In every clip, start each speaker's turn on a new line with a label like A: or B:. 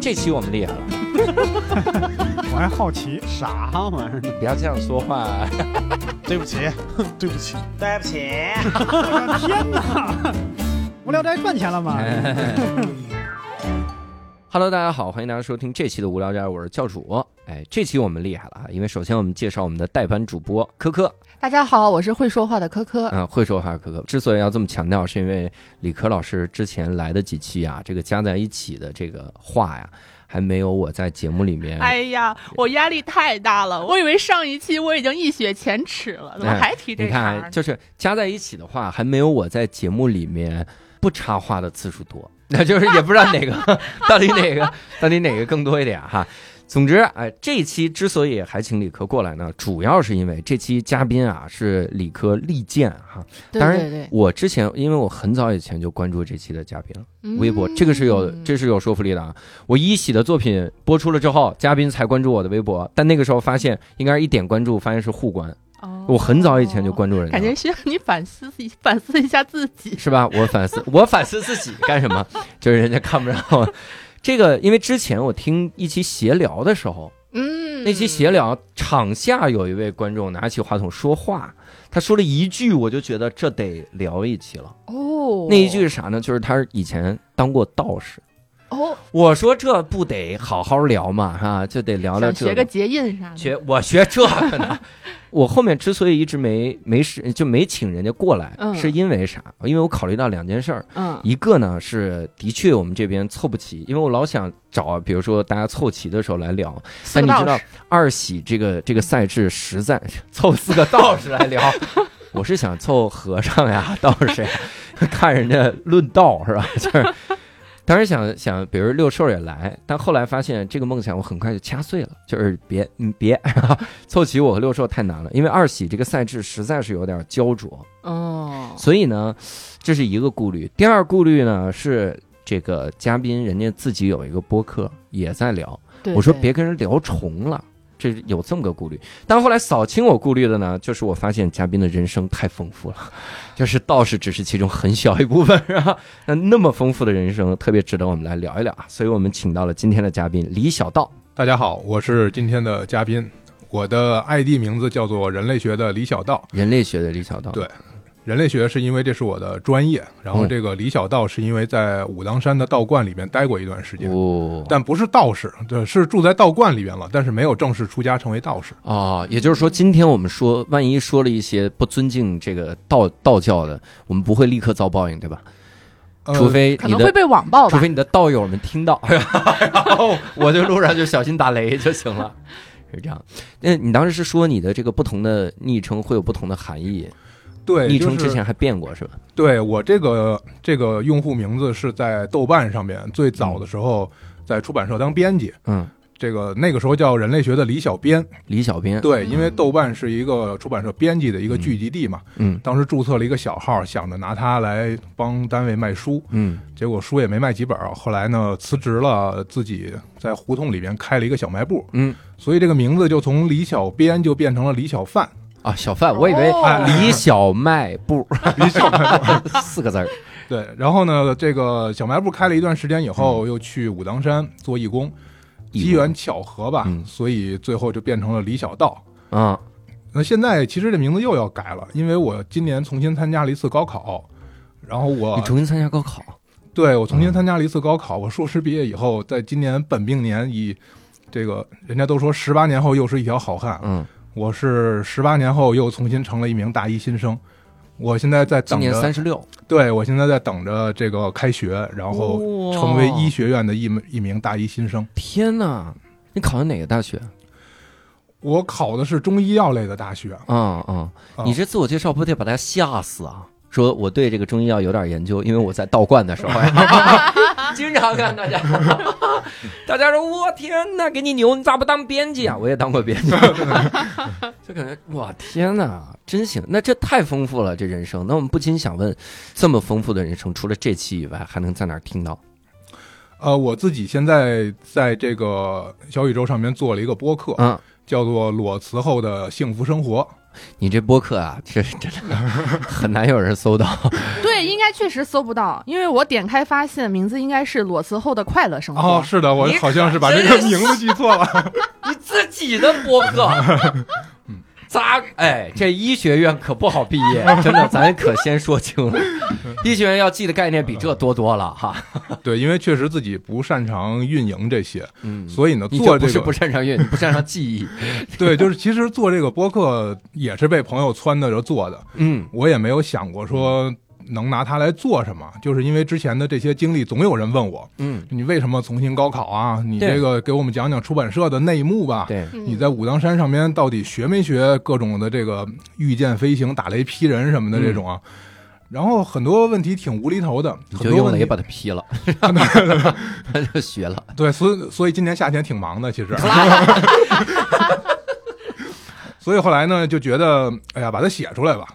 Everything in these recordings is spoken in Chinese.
A: 这期我们厉害了，
B: 我还好奇，
C: 啥玩意儿？
A: 不要这样说话。
C: 对不起，对不起，
D: 对不起，
B: 我的哎天哪！无聊斋赚钱了吗？
A: 哎 Hello，大家好，欢迎大家收听这期的无聊斋，我是教主。哎，这期我们厉害了啊，因为首先我们介绍我们的代班主播科科，
E: 大家好，我是会说话的科科。
A: 嗯，会说话的科科。之所以要这么强调，是因为理科老师之前来的几期啊，这个加在一起的这个话呀，还没有我在节目里面。
E: 哎呀，我压力太大了，我以为上一期我已经一雪前耻了，怎么还提这
A: 你
E: 茬
A: 看
E: 儿
A: 啊，
E: 呢？
A: 就是加在一起的话，还没有我在节目里面不插话的次数多。 那就是也不知道哪个 到底哪个到底哪个更多一点哈。总之，哎，这一期之所以还请理科过来呢，主要是因为这期嘉宾啊是理科利剑哈。
E: 对
A: 当
E: 对
A: 然
E: 对，，
A: 我之前因为我很早以前就关注这期的嘉宾了，微博这个是有
E: 嗯
A: 这是有说服力的啊。我一喜的作品播出了之后，嘉宾才关注我的微博，但那个时候发现应该是一点关注，发现是互关。
E: 哦
A: 我很早以前就关注人家了，
E: 感觉需要你反思一反思一下自己。
A: 是吧？我反思，我反思自己干什么？就是人家看不上我。这个，因为之前我听一期闲聊的时候，
E: 嗯，
A: 那期闲聊场下有一位观众拿起话筒说话，他说了一句，我就觉得这得聊一期了。
E: 哦，
A: 那一句是啥呢？就是他以前当过道士。
E: 哦，
A: 我说这不得好好聊嘛，哈、就得聊聊
E: 想
A: 这
E: 学个结印啥的。
A: 学我学这个呢。我后面之所以一直没没事就没请人家过来，
E: 嗯
A: 是因为啥？因为我考虑到两件事儿，
E: 嗯
A: 一个呢是的确我们这边凑不齐，因为我老想找，比如说大家凑齐的时候来聊。
E: 四
A: 但
E: 个
A: 你知
E: 道
A: 道
E: 士
A: 二喜这个这个赛制实在凑四个道士来聊，我是想凑和尚呀、道士呀， 看人家论道是吧？ 就是当时想想，比如六兽也来，但后来发现这个梦想我很快就掐碎了，就是别嗯别 凑齐我和六兽太难了，因为二喜这个赛制实在是有点焦灼。
E: 哦，
A: 所以呢，这是一个顾虑。第二顾虑呢是这个嘉宾人家自己有一个播客也在聊，
E: 对
A: 我说
E: 对
A: 别跟人聊重了。这是有这么个顾虑，但后来扫清我顾虑的呢，就是我发现嘉宾的人生太丰富了， 就是道士只是其中很小一部分， 是吧？那那么丰富的人生，特别值得我们来聊一聊啊！所以我们请到了今天的嘉宾李小道，
F: 大家好，我是今天的嘉宾，我的 ID 名字叫做人类学的李小道。
A: 人类学的李小道。
F: 对人类学是因为这是我的专业，然后
A: 嗯
F: 这个李小道是因为在武当山的道观里面待过一段时间，
A: 哦，
F: 但不是道士，对，是住在道观里面了，但是没有正式出家成为道士。
A: 哦，也就是说，今天我们说，万一说了一些不尊敬这个道道教的，我们不会立刻遭报应，对吧？
F: 呃
A: 除非
E: 可
A: 你
E: 能会
A: 的，
E: 被网暴
A: 除
E: 吧。
A: 非你的道友们听 到，然后我就路上就小心打雷就行了，是这样。那你当时是说你的这个不同的昵称会有不同的含义，
F: 对
A: 昵
F: 就
A: 称
F: 是
A: 之前还变过是吧？
F: 对我这个这个用户名字是在豆瓣上面最早的时候，在出版社当编辑，
A: 嗯，
F: 这个那个时候叫人类学的李小编。
A: 李小编，
F: 对，因为豆瓣是一个出版社编辑的一个聚集地嘛，
A: 嗯
F: 当时注册了一个小号，想着拿它来帮单位卖书，
A: 嗯，
F: 结果书也没卖几本儿。后来呢，辞职了，自己在胡同里面开了一个小卖部，
A: 嗯，
F: 所以这个名字就从李小编就变成了李小贩，
A: 啊，小贩，我以为啊
E: 哦
A: 李小卖部
F: 李小贩。
A: 四个字儿，
F: 对，然后呢，这个小卖部开了一段时间以后，又去武当山做嗯义工，机缘巧合吧，
A: 嗯
F: 所以最后就变成了李小道。
A: 啊，
F: 那现在其实这名字又要改了，因为我今年重新参加了一次高考，然后我
A: 你重新参加高考，
F: 对我重新参加了一次高考，我硕士毕业以后，在今年本命年以这个人家都说十八年后又是一条好汉，
A: 嗯，
F: 我是十八年后又重新成了一名大一新生。我现在在
A: 今
F: 等
A: 年
F: 着，
A: 三十六，
F: 对我现在在等着这个开学，然后成为医学院的一名一名大一新生。
A: 天哪，你考的哪个大学？
F: 我考的是中医药类的大学，
A: 啊啊！你这自我介绍不得把他吓死啊！说我对这个中医药有点研究，因为我在道观的时候 呀，经常看大家， 大家说我天哪，给你牛，你咋不当编辑啊？我也当过编辑， 就感觉哇天哪，真行！那这太丰富了，这人生。那我们不禁想问，这么丰富的人生，除了这期以外，还能在哪儿听到？
F: 呃，我自己现在在这个小宇宙上面做了一个播客，
A: 嗯
F: 叫做《裸辞后的幸福生活》。
A: 你这播客啊，这真的很难有人搜到。
E: 对，应该确实搜不到，因为我点开发现名字应该是裸辞后的快乐生活。
F: 哦，是的，我
A: 你
F: 好像是把这
A: 真
F: 个
A: 是
F: 名字记错了。
A: 你自己的播 客。咋？哎，这医学院可不好毕业，
F: 嗯
A: 真的，咱可先说清 了。医学院要记的概念比这多多了哈。
F: 对，因为确实自己不擅长运营这些，
A: 嗯，
F: 所以呢，
A: 你不
F: 做这
A: 是
F: 个
A: 不擅长阅，你不擅长记忆。
F: 对，就是其实做这个播客也是被朋友撺掇着做的，
A: 嗯，
F: 我也没有想过说能拿它来做什么，就是因为之前的这些经历，总有人问我，
A: 嗯，
F: 你为什么重新高考啊？你
A: 对
F: 这个给我们讲讲出版社的内幕吧。
A: 对，
E: 嗯
F: 你在武当山上面到底学没学各种的这个御剑飞行、打雷劈人什
A: 嗯
F: 么的这种啊？然后很多问题挺无厘头的，
A: 你
F: 很
A: 就
F: 多
A: 用
F: 问
A: 雷
F: 题
A: 把它劈 了，他就学了。
F: 对，所以所以今年夏天挺忙的，其实。所以后来呢，就觉得哎呀，把它写出来吧。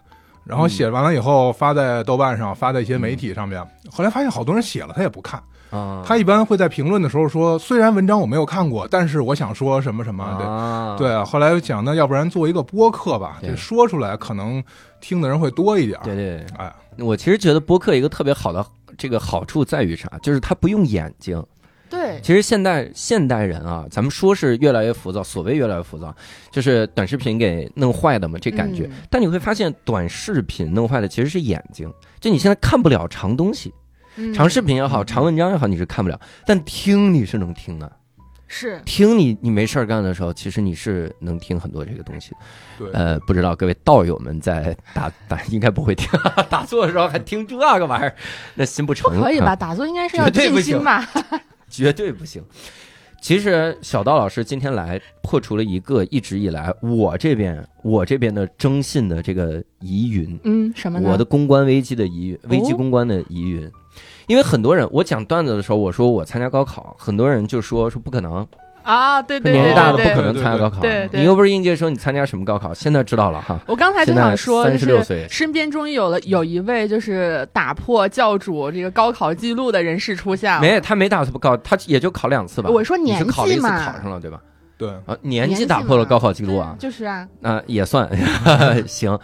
F: 然
A: 嗯
F: 后写完了以后，发在豆瓣上，发在一些媒体上面。后来发现好多人写了，他也不看。
A: 啊，
F: 他一般会在评论的时候说，虽然文章我没有看过，但是我想说什么什么。对，
A: 啊，
F: 对啊，后来我想，那要不然做一个播客吧，
A: 对
F: 这说出来可能听的人会多一点。
A: 对，对
F: 哎，
A: 对，我其实觉得播客一个特别好的这个好处在于啥？就是它不用眼睛。
E: 对，
A: 其实现代现代人啊，咱们说是越来越浮躁，所谓越来越浮躁，就是短视频给弄坏的嘛，这感觉。
E: 嗯
A: 但你会发现，短视频弄坏的其实是眼睛，就你现在看不了长东西，
E: 嗯
A: 长视频也好，长文章也好，你是看不了，但听你是能听的。
E: 是
A: 听你你没事儿干的时候，其实你是能听很多这个东西的。
F: 对
A: 呃，不知道各位道友们在打打，应该不会听， 打坐的时候还听这个玩意儿，那心不
E: 不
A: 诚。
E: 可以
A: 啊
E: 吧？打坐应该是要
A: 绝对不
E: 静心
A: 行
E: 吧？
A: 绝对不行。其实小道老师今天来破除了一个一直以来我这边我这边的征信的这个疑云，
E: 嗯，什么呢？哦
A: 我的公关危机的疑云，危机公关的疑云。因为很多人，我讲段子的时候，我说我参加高考，很多人就说说不可能，
E: 啊，对对
A: 年
E: 对
A: 纪大了不
E: 对
A: 可
E: 对。
A: 能参加高考。
E: 对对对
A: 你又不是应届生，你参加什么高考？现在知道了哈。
E: 我刚才就
A: 现在
E: 想说，就
A: 36
E: 是
A: 岁
E: 身边终于有了有一位就是打破教主这个高考记录的人士出现了。
A: 没，他没打算高，他也就考两次吧。
E: 啊我说
A: 你
E: 年
A: 是考了一
E: 纪
A: 次
E: 嘛，
A: 考上了对吧？
F: 对，
A: 啊，年
E: 年纪
A: 纪打破了
E: 嘛
A: 高考记录啊
E: 对。就是啊，
A: 那、也算 行。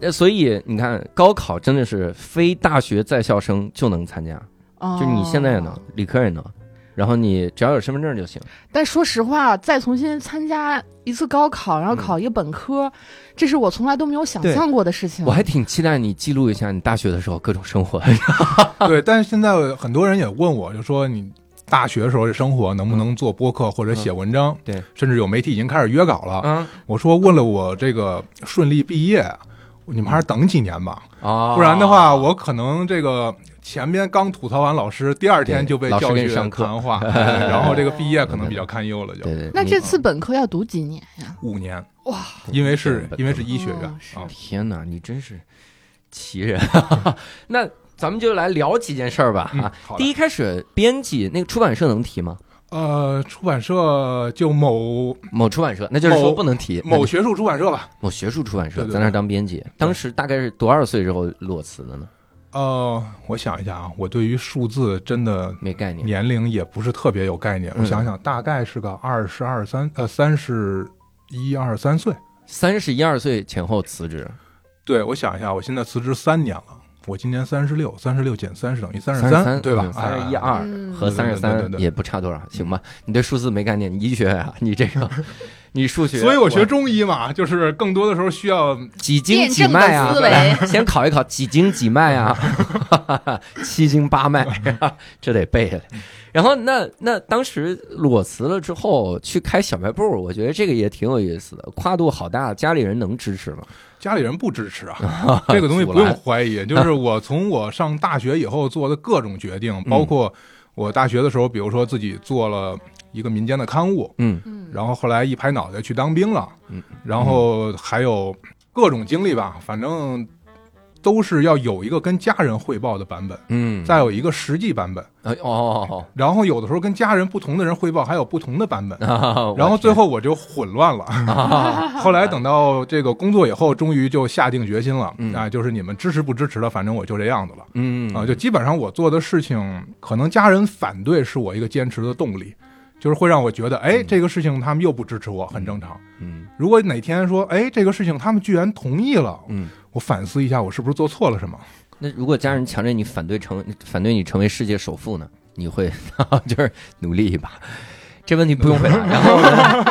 A: 呃，所以你看，高考真的是非大学在校生就能参加，
E: 哦
A: 就是你现在也能，理科也能，然后你只要有身份证就行。
E: 但说实话，再重新参加一次高考，
A: 嗯
E: 然后考一个本科，这是我从来都没有想象过的事情。
A: 我还挺期待你记录一下你大学的时候各种生活。
F: 对，但是现在很多人也问我，就说你大学时候的生活能不能做播客或者写文章？
A: 嗯对，
F: 甚至有媒体已经开始约稿了。
A: 啊
F: 我说问了我这个顺利毕业，你们还是等几年吧，
A: 啊
F: 不然的话，我可能这个前边刚吐槽完老师，第二天
A: 对
F: 就被
A: 老师
F: 教
A: 给你
F: 育
A: 上课
F: 谈 话，对然后这个毕业可能比较堪忧了，就
A: 对对，
E: 那
A: 你
E: 这次本科要读几年呀？
F: 五年，
E: 哇，
F: 因为是因为是医学院
E: 哦是
F: 啊，
A: 天哪，你真是奇人。啊 那咱们就来聊几件事儿吧。
F: 嗯
A: 啊，
F: 好的
A: 第一开始，编辑那个出版社能提吗？
F: 呃，出版社就某
A: 某出版社，那就是说不能提。那
F: 某
A: 就
F: 学术出版社吧，
A: 某学术出版社
F: 对对
A: 在那儿当编辑，当时大概是多少岁之后裸辞的呢？
F: 呃，我想一下啊，我对于数字真的
A: 没概念。
F: 年龄也不是特别有概念，
A: 嗯
F: 我想想，大概是个二十二三呃三十一二三岁。
A: 三十一二岁前后辞职，
F: 对，我想一下，我现在辞职三年了，我今年三十六，三十六减三十等于三十
A: 三
F: 对吧？
A: 三十一啊
F: 哎
A: 二
E: 嗯
A: 和三十
F: 对对
A: 三
F: 对对对
A: 也不差多少，行吧？你对数字没概念，你医学啊， 你这个，你数学，
F: 所以我学中医嘛，就是更多的时候需要
A: 几经几脉啊
E: 辩证的思，
A: 先考一考几经几脉啊， 七经八脉， 这得背下来。然后那那当时裸辞了之后去开小卖部，我觉得这个也挺有意思的，跨度好大，家里人能支持吗？
F: 家里人不支持 啊，这个东西不用怀疑。就是我从我上大学以后做的各种决定，包括我大学的时候，比如说自己做了一个民间的刊物，
A: 嗯，
E: 嗯，
F: 然后后来一拍脑袋去当兵了，
A: 嗯，
F: 然后还有各种经历吧，反正都是要有一个跟家人汇报的版本，
A: 嗯，
F: 再有一个实际版本，
A: 哎哦，
F: 然后有的时候跟家人不同的人汇报还有不同的版本，
A: 啊
F: 然后最后我就混乱了。 后来等到这个工作以后，终于就下定决心了
A: 嗯
F: 啊，就是你们支持不支持了，反正我就这样子了
A: 嗯
F: 啊。就基本上我做的事情，可能家人反对是我一个坚持的动力，就是会让我觉得，哎，这个事情他们又不支持我，很正常。
A: 嗯
F: 如果哪天说，哎，这个事情他们居然同意了，
A: 嗯。
F: 我反思一下，我是不是做错了什么？
A: 那如果家人强烈你反对成反对你成为世界首富呢？你会 就是努力一把，这问题不用 回答。然后呢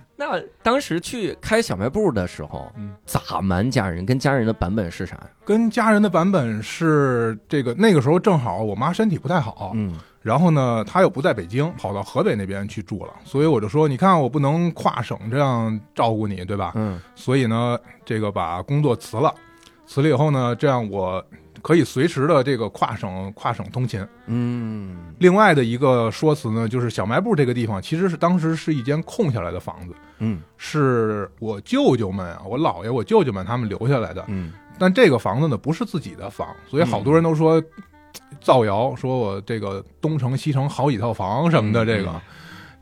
A: 那当时去开小卖部的时候
F: 嗯，
A: 咋瞒家人？跟家人的版本是啥呀？
F: 跟家人的版本是这个，那个时候正好我妈身体不太好，
A: 嗯
F: 然后呢，她又不在北京，跑到河北那边去住了，所以我就说，你看我不能跨省这样照顾你，对吧？
A: 嗯
F: 所以呢，这个把工作辞了，辞了以后呢，这样我可以随时的这个跨省跨省通勤。
A: 嗯
F: 另外的一个说辞呢，就是小卖部这个地方其实是当时是一间空下来的房子，
A: 嗯
F: 是我舅舅们啊，我姥爷、我舅舅们他们留下来的。
A: 嗯
F: 但这个房子呢，不是自己的房，所以好多人都说、呃造谣，说我这个东城西城好几套房什么的，
A: 嗯
F: 这个、
A: 嗯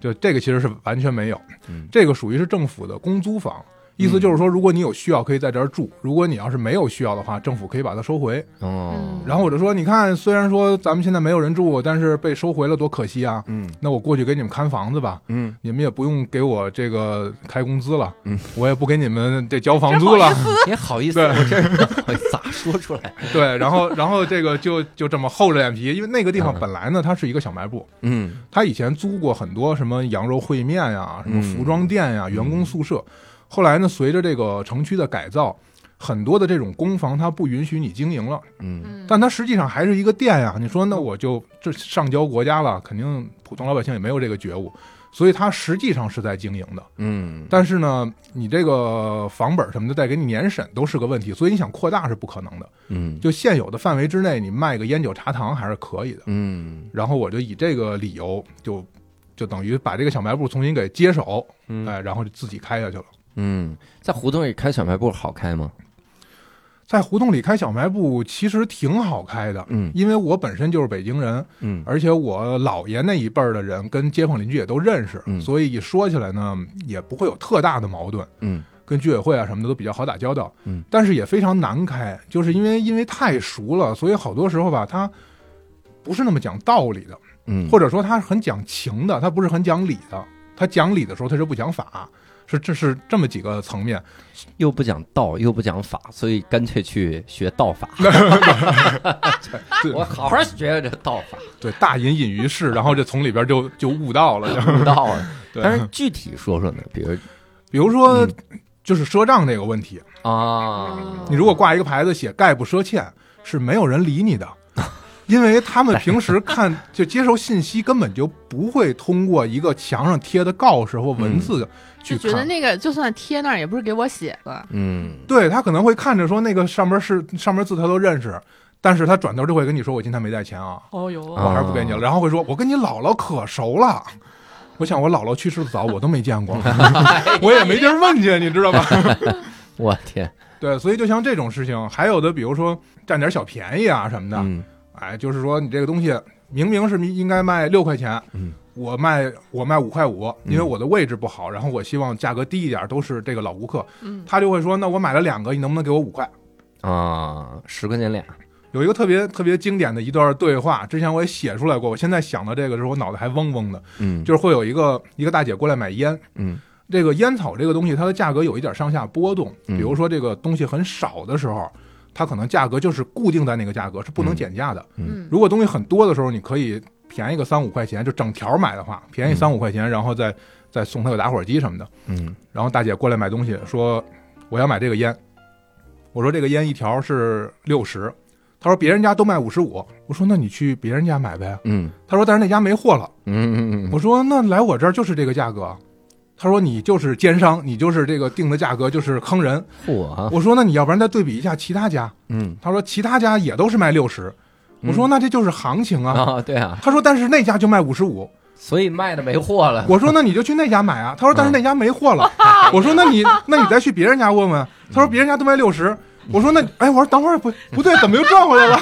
F: 就这个其实是完全没有，
A: 嗯
F: 这个属于是政府的公租房。意思就是说，如果你有需要，可以在这儿住；如果你要是没有需要的话，政府可以把它收回。
E: 嗯
A: 哦
F: 然后我就说，你看，虽然说咱们现在没有人住，但是被收回了，多可惜啊！
A: 嗯
F: 那我过去给你们看房子吧，
A: 嗯
F: 你们也不用给我这个开工资了，
A: 嗯，
F: 我也不给你们这交房租了，
A: 也好意思，
F: 对
A: 我这人不好意思嗯 咋说出来？
F: 对，然后然后这个就就这么厚着脸皮，因为那个地方
A: 嗯
F: 本来呢，它是一个小卖部，
A: 嗯
F: 它以前租过很多什么羊肉烩面呀、什么
A: 嗯
F: 服装店呀、员工宿舍。后来呢，随着这个城区的改造，很多的这种公房它不允许你经营了，
A: 嗯
E: 嗯
F: 但它实际上还是一个店呀。你说那我就这上交国家了，肯定普通老百姓也没有这个觉悟，所以它实际上是在经营的。
A: 嗯，
F: 但是呢，你这个房本什么的再给你年审都是个问题，所以你想扩大是不可能的。
A: 嗯
F: 就现有的范围之内，你卖个烟酒茶糖还是可以的。
A: 嗯
F: 然后我就以这个理由就，就等于把这个小卖部重新给接手，
A: 嗯
F: 哎，然后就自己开下去了。
A: 嗯，在胡同里开小卖部好开吗？
F: 在胡同里开小卖部其实挺好开的，
A: 嗯
F: 因为我本身就是北京人，
A: 嗯
F: 而且我姥爷那一辈儿的人跟街坊邻居也都认识，
A: 嗯
F: 所以一说起来呢，也不会有特大的矛盾。
A: 嗯
F: 跟居委会啊什么的都比较好打交道，
A: 嗯，
F: 但是也非常难开，就是因为因为太熟了，所以好多时候吧，他不是那么讲道理的，
A: 嗯，
F: 或者说他是很讲情的，他不是很讲理的。他讲理的时候，他是不讲法，是这是这么几个层面。
A: 又不讲道，又不讲法，所以干脆去学道法。
F: 对
A: 我好好学学这道法，
F: 对，大隐隐于市，然后这从里边就就悟到了。 就
A: 悟道啊了。但是
F: 对，
A: 具体说说呢，比如
F: 比如说
A: 嗯
F: 就是赊账这个问题，
E: 哦
A: 啊，
F: 你如果挂一个牌子写“概不赊欠”，是没有人理你的。因为他们平时看就接受信息，根本就不会通过一个墙上贴的告示或文字去
E: 就觉得
F: 看。
E: 那个就算贴那儿也不是给我写的，
A: 嗯
F: 对他可能会看着说那个上面是上面字他都认识，但是他转头就会跟你说：“我今天没带钱啊，
E: 哦哟
A: 啊
F: 我还是不给你了。”然后会说：“我跟你姥姥可熟了。”我想我姥姥去世的早，我都没见过，我也没地儿问去，你知道吧？
A: 我天，
F: 对，所以就像这种事情，还有的比如说占点小便宜啊什么的，
A: 嗯
F: 哎，就是说你这个东西明明是应该卖六块钱，
A: 嗯
F: 我卖我卖五块五，因为
A: 嗯
F: 我的位置不好，然后我希望价格低一点，都是这个老顾客，
E: 嗯
F: 他就会说，那我买了两个，你能不能给我五块？
A: 啊，十块钱俩，
F: 有一个特别特别经典的一段对话，之前我也写出来过，我现在想到这个时候，我脑袋还嗡嗡的，
A: 嗯
F: 就是会有一个一个大姐过来买烟，
A: 嗯
F: 这个烟草这个东西，它的价格有一点上下波动。
A: 嗯
F: 比如说这个东西很少的时候，它可能价格就是固定在那个价格，是不能
A: 嗯
F: 减价的。
E: 嗯
F: 如果东西很多的时候，你可以便宜个三五块钱，就整条买的话，便宜
A: 嗯
F: 三五块钱，然后再再送他个打火机什么的。
A: 嗯
F: 然后大姐过来买东西，说我要买这个烟，我说这个烟一条是六十，她说别人家都卖五十五，我说那你去别人家买呗，
A: 嗯
F: 她说但是那家没货了。
A: 嗯嗯
F: 我说那来我这儿就是这个价格。他说你就是奸商，你就是这个定的价格就是坑人。
A: 嚯啊，
F: 我说那你要不然再对比一下其他家。
A: 嗯
F: 他说其他家也都是卖六十。我说那这就是行情啊。
A: 啊，对啊，
F: 他说但是那家就卖五十五。
A: 所以卖的没货了。
F: 我说那你就去那家买啊。他说但是那家没货了。我说那你那你再去别人家问问。他说别人家都卖六十。我说那哎，我说等会儿不不对，怎么又转回来了？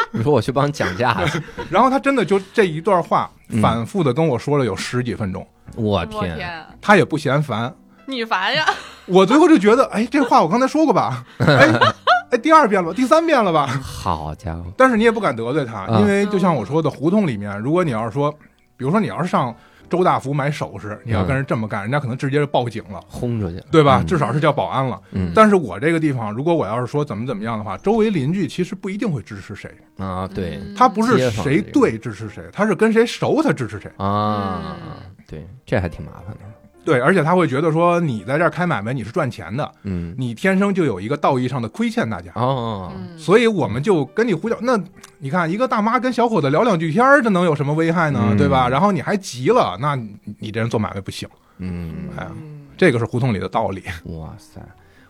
A: 你说我去帮讲价 去，
F: 然后他真的就这一段话
A: 嗯
F: 反复的跟我说了有十几分钟，
A: 我
E: 我
A: 天，
E: 天，
F: 他也不嫌烦，
E: 你烦呀？
F: 我最后就觉得，哎，这话我刚才说过吧？哎，哎，第二遍了吧，第三遍了吧？
A: 好家伙，
F: 但是你也不敢得罪他，
A: 啊
F: 因为就像我说的，胡同里面，如果你要是说，比如说你要是上周大福买首饰，你要跟人这么干，人家可能直接就报警了，
A: 轰出去，
F: 对吧？
A: 嗯
F: 至少是叫保安了。
A: 嗯
F: 但是我这个地方，如果我要是说怎么怎么样的话，周围邻居其实不一定会支持谁，
A: 啊，对
E: 嗯
F: 他不
A: 街
F: 是
A: 坊
F: 谁
A: 这个
F: 对支持谁，他是跟谁熟他支持谁。
A: 啊，对，这还挺麻烦的，
F: 对，而且他会觉得说你在这儿开买卖你是赚钱的，
A: 嗯，
F: 你天生就有一个道义上的亏欠大家。
A: 哦，
E: 嗯
F: 所以我们就跟你胡搅。那你看，一个大妈跟小伙子聊两句天儿，这能有什么危害呢？
A: 嗯
F: 对吧？然后你还急了，那你你这人做买卖不行，
A: 嗯，
F: 哎呀这个是胡同里的道理。
A: 哇塞，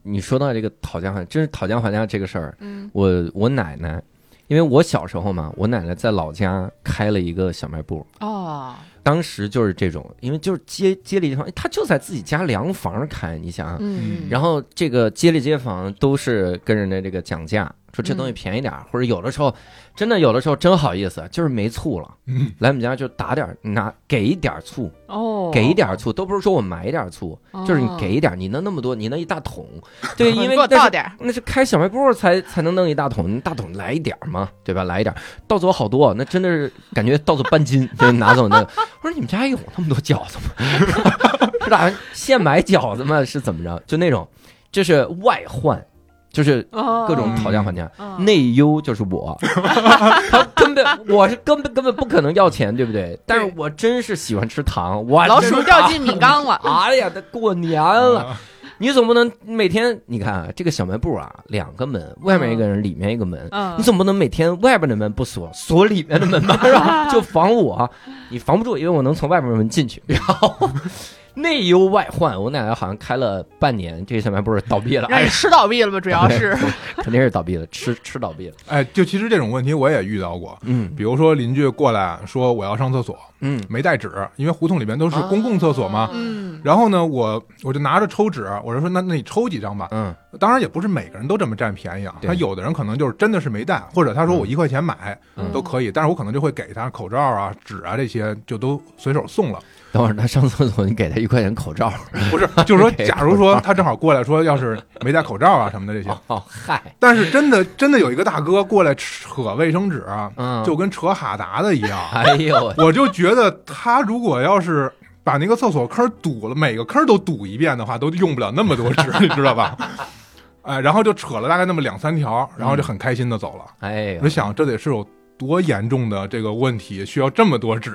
A: 你说到这个讨价还，真是讨价还价这个事儿，
E: 嗯
A: 我我奶奶，因为我小时候嘛，我奶奶在老家开了一个小卖部，
E: 哦，
A: 当时就是这种，因为就是街街里地方，哎她就在自己家洋房开，你想想，
E: 嗯，
A: 然后这个街里街坊都是跟人家这个讲价，说这东西
E: 嗯
A: 便宜点儿，或者有的时候真的有的时候真好意思，就是没醋了，
F: 嗯，
A: 来我们家就打点儿拿给一点儿醋，
E: 哦，
A: 给一点儿醋，都不是说我买一点儿醋，
E: 哦，
A: 就是你给一点儿，你弄那么多，你弄一大桶， 对，因为
E: 你给我
A: 那
E: 倒
A: 是
E: 点儿，
A: 那是开小卖部才才能弄一大桶，大桶来一点儿嘛，对吧？来一点儿，到走好多，那真的是感觉到走半斤，就拿走那个。 我说你们家有那么多饺子吗？ 是打现买饺子吗？是怎么着？就那种，这是外患，就是
E: 各
A: 各种讨价还价。
E: 那
A: 内忧就是我， 他根本我是根本根本不可能要钱，对不对？但是我真是喜欢吃糖，我
E: 老
A: 真
E: 鼠
A: 是
E: 掉进米缸了啊！
A: 哎呀，他过年了，
F: 啊
A: 你总不能每天你看啊，这个小卖部啊，两个门，外面一个人，里面一个门，
E: 嗯
A: 啊你总不能每天外边的门不锁，锁里面的门吧，是 吧？就防我，你防不住，因为我能从外面的门进去。然后内忧外患，我奶奶好像开了半年，这个小卖部倒闭了，
E: 让
A: 哎
E: 你
A: 呀，
E: 吃倒闭了吧？主要是，
A: 肯定是倒闭了，吃吃倒闭了。
F: 哎，就其实这种问题我也遇到过。
A: 嗯
F: 比如说邻居过来说我要上厕所，
A: 嗯，
F: 没带纸，因为胡同里面都是公共厕所嘛。
A: 啊
E: 嗯
F: 然后呢，我我就拿着抽纸，我就说那那你抽几张吧。
A: 嗯
F: 当然也不是每个人都这么占便宜啊，
A: 对
F: 他有的人可能就是真的是没带，或者他说我一块钱买
A: 嗯
F: 都可以，但是我可能就会给他口罩啊、纸啊这些就都随手 送了。
A: 等会儿他上厕所，你给他一块钱口罩。
F: 不是，就是说，
A: 给
F: 假如说他正好过来说，要是没戴口罩啊什么的这些，
A: 哦，嗨，
F: 但是真的真的有一个大哥过来扯卫生纸啊，
A: 嗯，
F: 就跟扯哈达的一样，
A: 哎 呦，
F: 我就觉得他如果要是。把那个厕所坑堵了，每个坑都堵一遍的话，都用不了那么多纸，你知道吧？哎，然后就扯了大概那么两三条，然后就很开心的走了。
A: 哎呦
F: 我就，想，这得是有多严重的这个问题，需要这么多纸？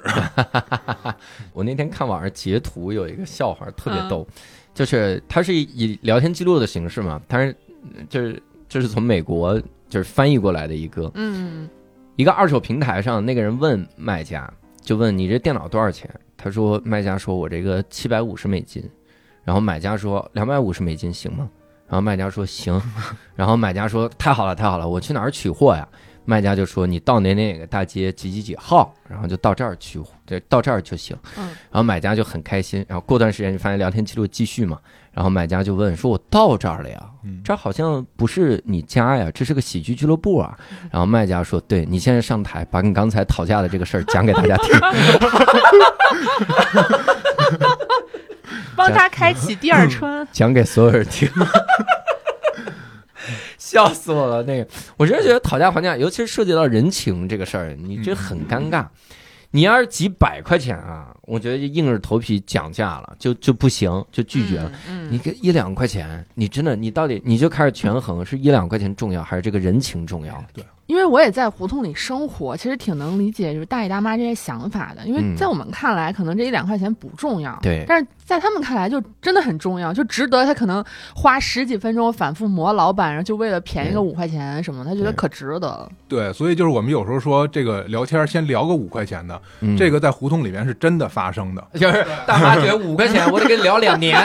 A: 我那天看网上截图有一个笑话特别
E: 嗯
A: 逗，就是它是以聊天记录的形式嘛，它是就是就是从美国就是翻译过来的一个
E: 嗯
A: 一个二手平台上，那个人问卖家，就问你这电脑多少钱？他说卖家说我这个七百五十美金，然后买家说两百五十美金行吗？然后卖家说行， 然后买家说太好了太好了，我去哪儿取货呀？卖家就说你到哪哪哪个大街几几几号，然后就到这儿取，对，到这儿就行。
E: 嗯
A: 然后买家就很开心。然后过段时间就发现聊天记录继续嘛，然后买家就问说我到这儿了呀，这儿好像不是你家呀，这是个喜剧俱乐部啊。然后卖家说：“对你现在上台，把你刚才讨价的这个事儿讲给大家听。，
E: 帮他开启第二春
A: 讲给所有人听，笑死我了。那个，我真是觉得讨价还价，尤其是涉及到人情这个事儿，你这很尴尬。你要是几百块钱啊，我觉得就硬着头皮讲价了，就就不行，就拒绝了。
E: 嗯。
A: 你
E: 嗯，
A: 给一两块钱，你真的，你到底你就开始权衡，是一两块钱重要，还是这个人情重要？
E: 因为我也在胡同里生活，其实挺能理解就是大爷大妈这些想法的。因
A: 嗯
E: 为在我们看来，可能这一两块钱不重要，
A: 对
E: 但是在他们看来就真的很重要，就值得他可能花十几分钟反复磨老板，然后就为了便宜个
A: 嗯
E: 五块钱什么的，他觉得
A: 对
E: 可值得了。
F: 对，所以就是我们有时候说这个聊天先聊个五块钱的，
A: 嗯
F: 这个在胡同里面是真的发生的，
A: 就是大妈觉得五块钱，我得跟你聊两 年。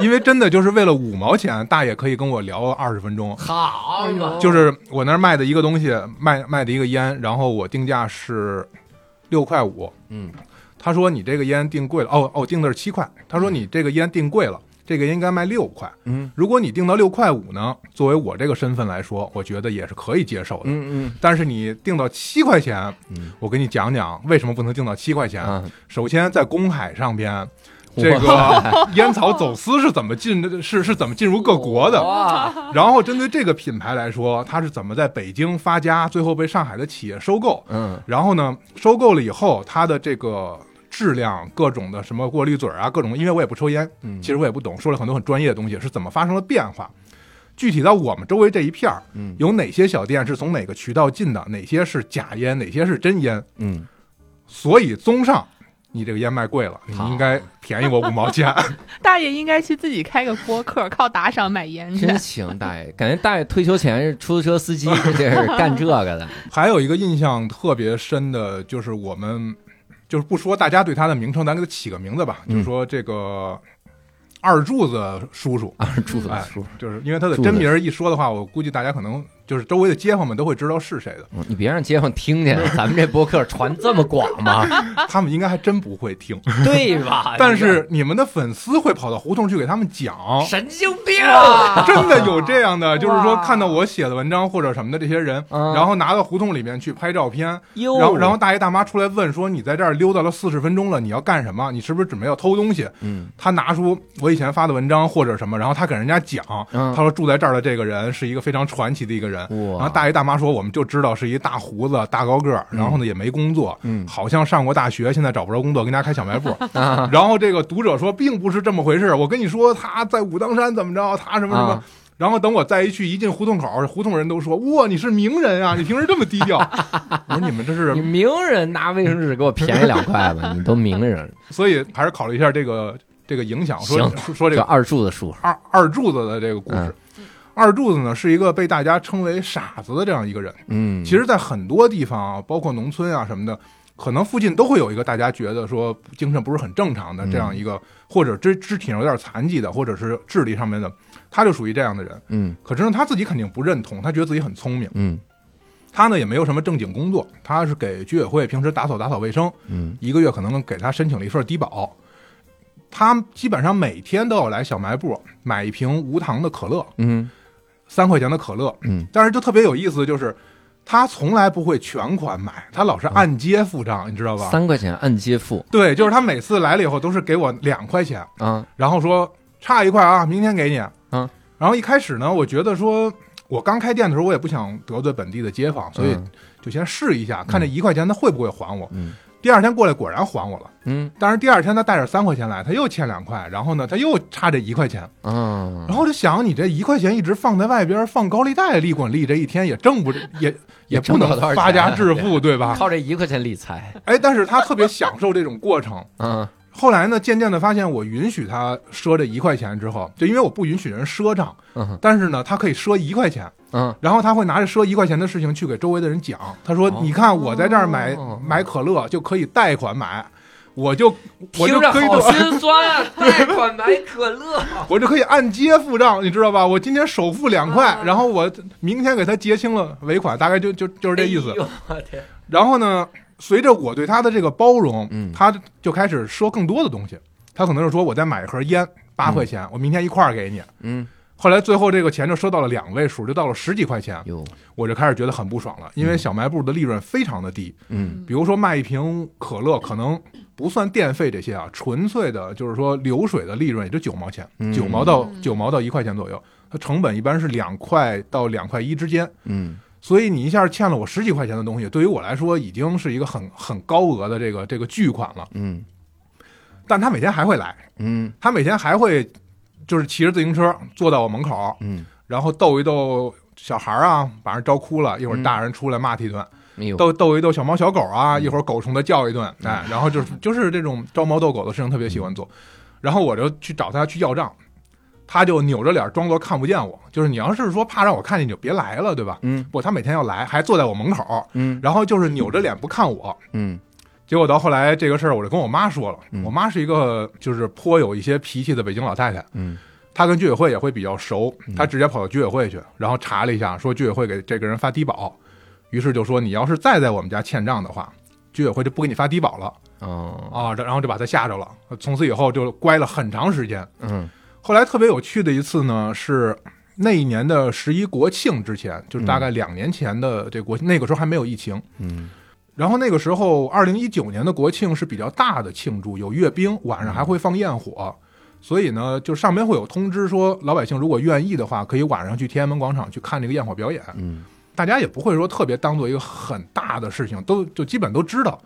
F: 因为真的就是为了五毛钱，大爷可以跟我聊二十分钟。
A: 好嘛，
F: 就是我那儿卖的一个东西，卖卖的一个烟，然后我定价是六块五，
A: 嗯，
F: 他说你这个烟定贵了，哦哦，定的是七块，他说你这个烟定贵了，这个烟应该卖六块，
A: 嗯，
F: 如果你定到六块五呢，作为我这个身份来说，我觉得也是可以接受的，
A: 嗯
F: 但是你定到七块钱，
A: 嗯
F: 我给你讲讲为什么不能定到七块
A: 嗯
F: 钱。
A: 啊，
F: 首先，在公海上边， 这个烟草走私是怎么进的，是是怎么进入各国的？
A: 哇，
F: 然后，针对这个品牌来说，它是怎么在北京发家，最后被上海的企业收购？
A: 嗯
F: 然后呢，收购了以后，它的这个。质量、各种的什么过滤嘴啊，各种，因为我也不抽烟，
A: 嗯
F: 其实我也不懂，说了很多很专业的东西是怎么发生了变化。具体到我们周围这一片儿，
A: 嗯
F: 有哪些小店是从哪个渠道进的，哪些是假烟，哪些是真烟？
A: 嗯，
F: 所以综上，你这个烟卖贵了，你
A: 好
F: 应该便宜我五毛钱。
D: 大爷应该去自己开个播客，靠打赏买烟去。
A: 真行，大爷，感觉大爷退休前是出租车司机，这是干这个 的。
F: 还有一个印象特别深的，就是我们就是不说大家对他的名称，咱给他起个名字吧，
A: 嗯
F: 就说这个二柱子叔叔，
A: 啊，住
F: 哎
A: 的叔，
F: 就是因为他的真名一说的话，我估计大家可能就是周围的街坊们都会知道是谁的，
A: 嗯你别让街坊听见，咱们这博客传这么广 吗？
F: 他们应该还真不会听，
A: 对吧？
F: 但是你们的粉丝会跑到胡同去给他们讲。
A: 神经病，
E: 啊
F: 真的有这样的，就是说
D: 哇
F: 看到我写的文章或者什么的这些人，
A: 嗯
F: 然后拿到胡同里面去拍照片，
A: 哎哟，
F: 然后，然后大爷大妈出来问说：“你在这儿溜达了四十分钟了，你要干什么？你是不是准备要偷东西
A: 嗯？”
F: 他拿出我以前发的文章或者什么，然后他给人家讲，
A: 嗯
F: 他，说住在这儿的这个人是一个非常传奇的一个人。然
A: 哇，
F: 后大爷大妈说：“我们就知道是一大胡子、大高个儿，然后呢也没工作，
A: 嗯
F: 好像上过大学，现在找不着工作，跟家开小 卖部。
A: 啊”
F: 然后这个读者说：“并不是这么回事，我跟你说他在武当山怎么着，他什么什么。
A: 啊
F: 然后等我再一去，一进胡同口，胡同人都说：“哇，你是名人啊！你平时这么低 调。”我说：“你们这是
A: 你名人拿卫生纸给我便宜两块吧，你都名人，
F: 所以还是考虑一下这个这个影响，说
A: 行
F: 说说这
A: 这
F: 个
A: 二柱的叔，
F: 二二柱子的这个故事。
A: 嗯
F: 二柱子呢是一个被大家称为傻子的这样一个人，
A: 嗯，
F: 其实，在很多地方啊，包括农村啊什么的，可能附近都会有一个大家觉得说精神不是很正常的
A: 嗯
F: 这样一个，或者肢肢体上有点残疾的，或者是智力上面的，他就属于这样的人。
A: 嗯
F: 可是呢，他自己肯定不认同，他觉得自己很聪明，
A: 嗯
F: 他呢也没有什么正经工作，他是给居委会平时打扫打扫卫生，
A: 嗯
F: 一个月可能给他申请了一份低保。他基本上每天都要来小卖部买一瓶无糖的可乐，
A: 嗯
F: 三块钱的可乐。
A: 嗯，
F: 但是就特别有意思，就是他从来不会全款买，他老是按揭付账，你知道吧？
A: 嗯三块钱按揭付
F: 对，就是他每次来了以后都是给我两块钱，
A: 啊，
F: 然后说差一块啊，明天给你。
A: 嗯，
F: 然后一开始呢，我觉得说。我刚开店的时候，我也不想得罪本地的街坊，所以
A: 嗯
F: 就先试一下，看这一块钱他会不会还我。
A: 嗯
F: 第二天过来，果然还我了。
A: 嗯
F: 但是第二天他带着三块钱来，他又欠两块，然后呢，他又差这一块钱，
A: 啊
F: 然，后我就想，你这一块钱一直放在外边，放高利贷利滚利，这一天也挣不也也不
A: 挣不
F: 能
A: 了多少钱啊
F: 发家致富，对 吧？
A: 靠这一块钱理财
F: 哎，但是他特别享受这种过程。
A: 啊，
F: 后来呢，渐渐的发现，我允许他赊这一块钱之后，就因为我不允许人赊账，
A: 嗯
F: 但是呢，他可以赊一块钱，
A: 嗯
F: 然后他会拿着赊一块钱的事情去给周围的人讲。他说：“
A: 哦
F: 你看，我在这儿买
A: 哦
F: 买可乐就可以贷款买，我就我就
A: 听着
F: 可以
A: 好心酸 啊！贷款买可乐，
F: 我就可以按揭付账，你知道吧？我今天首付两块，
D: 啊
F: 然后我明天给他结清了尾款，大概就就就是这意思
A: 哎。呦我天，
F: 然后呢，随着我对他的这个包容，
A: 嗯
F: 他就开始说更多的东西。他可能是说我再买一盒烟，八块钱，我明天一块儿给你。
A: 嗯
F: 后来最后这个钱就收到了两位数，就到了十几块钱，
A: 哟，
F: 我就开始觉得很不爽了，因为小卖部的利润非常的低。
A: 嗯
F: 比如说卖一瓶可乐，可能不算电费这些啊，纯粹的就是说流水的利润也就九毛钱，
A: 嗯
F: 九毛到九毛到一块钱左右，它成本一般是两块到两块一之间，
A: 嗯
F: 所以你一下欠了我十几块钱的东西，对于我来说已经是一个很很高额的这个这个巨款了。
A: 嗯
F: 但他每天还会来，
A: 嗯
F: 他每天还会就是骑着自行车坐到我门口，
A: 嗯，
F: 然后逗一逗小孩儿啊，把人招哭了，一会
A: 嗯
F: 儿大人出来骂他一顿。
A: 哎呦，
F: 逗逗一逗小猫小狗啊，
A: 嗯
F: 一会儿狗冲它叫一顿，哎，然后就是就是这种招猫逗狗的事情特别喜欢做，然后我就去找他去要账，他就扭着脸装作看不见我，就是你要是说怕让我看见你就别来了，对吧？
A: 嗯
F: 不，他每天要来，还坐在我门口，
A: 嗯
F: 然后就是扭着脸不看我。
A: 嗯
F: 结果到后来这个事儿，我就跟我妈说了
A: 嗯，
F: 我妈是一个就是颇有一些脾气的北京老太太，
A: 嗯
F: 她跟居委会也会比较熟
A: 嗯，
F: 她直接跑到居委会去，然后查了一下，说居委会给这个人发低保，于是就说你要是再在我们家欠账的话，居委会就不给你发低保了
A: 哦
F: 啊，然后就把他吓着了，从此以后就乖了很长时间。
A: 嗯
F: 后来特别有趣的一次呢是。那一年的十一国庆之前，就是大概两年前的这国庆，那个时候还没有疫情。
A: 嗯
F: 然后那个时候，二零一九年的国庆是比较大的庆祝，有阅兵，晚上还会放焰火，所以呢，就上面会有通知说，老百姓如果愿意的话，可以晚上去天安门广场去看这个焰火表演。
A: 嗯
F: 大家也不会说特别当做一个很大的事情，都就基本都知道。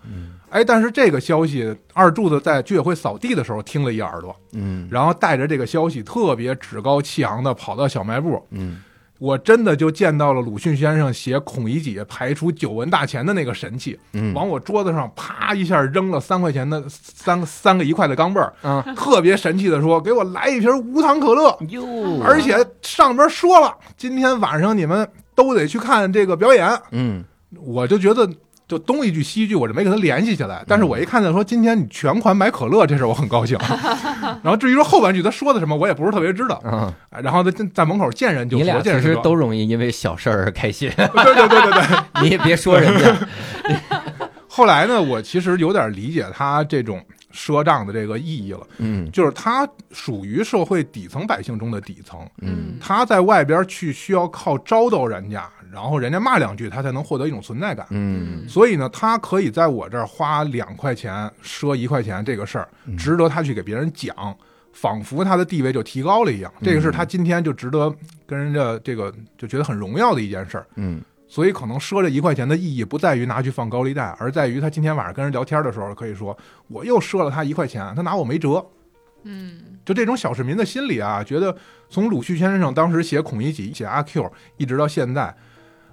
F: 哎，但是这个消息，二柱子在居委会扫地的时候听了一耳朵，
A: 嗯
F: 然后带着这个消息，特别趾高气昂的跑到小卖部。
A: 嗯，
F: 我真的就见到了鲁迅先生写《孔乙己排除九纹大钱》的那个神器，
A: 嗯
F: 往我桌子上啪一下扔了三块钱的三三个一块的钢镚儿，
A: 嗯
F: 特别神气的说：“给我来一瓶无糖可乐。”
A: 哟
F: 而且上边说了，今天晚上你们都得去看这个表演。
A: 嗯
F: 我就觉得，就东一句西一句，我就没给他联系起来。但是
A: 嗯
F: 我一看见说今天你全款买可乐这事儿，我很高兴。 然后至于说后半句他说的什么，我也不是特别知道。
A: 啊，
F: 哎然后他在门口见人就
A: 你俩
F: 说，见
A: 其实
F: 人就
A: 都容易因为小事儿开心，
F: 对对对对对。
A: 你也别说人 家，
F: 后来呢，我其实有点理解他这种赊账的这个意义了，
A: 嗯
F: 就是他属于社会底层百姓中的底层，
A: 嗯
F: 他在外边去需要靠招逗人家，然后人家骂两句，他才能获得一种存在感。
A: 嗯
F: 所以呢，他可以在我这儿花两块钱赊一块钱这个事儿，值得他去给别人讲，仿佛他的地位就提高了一样。这个是他今天就值得跟人家这个就觉得很荣耀的一件事儿。
A: 嗯
F: 所以可能赊这一块钱的意义不在于拿去放高利贷，而在于他今天晚上跟人聊天的时候，可以说我又赊了他一块钱，他拿我没辙。
D: 嗯，
F: 就这种小市民的心理啊，觉得从鲁迅先生当时写《孔乙己》、写《阿 Q》，一直到现在，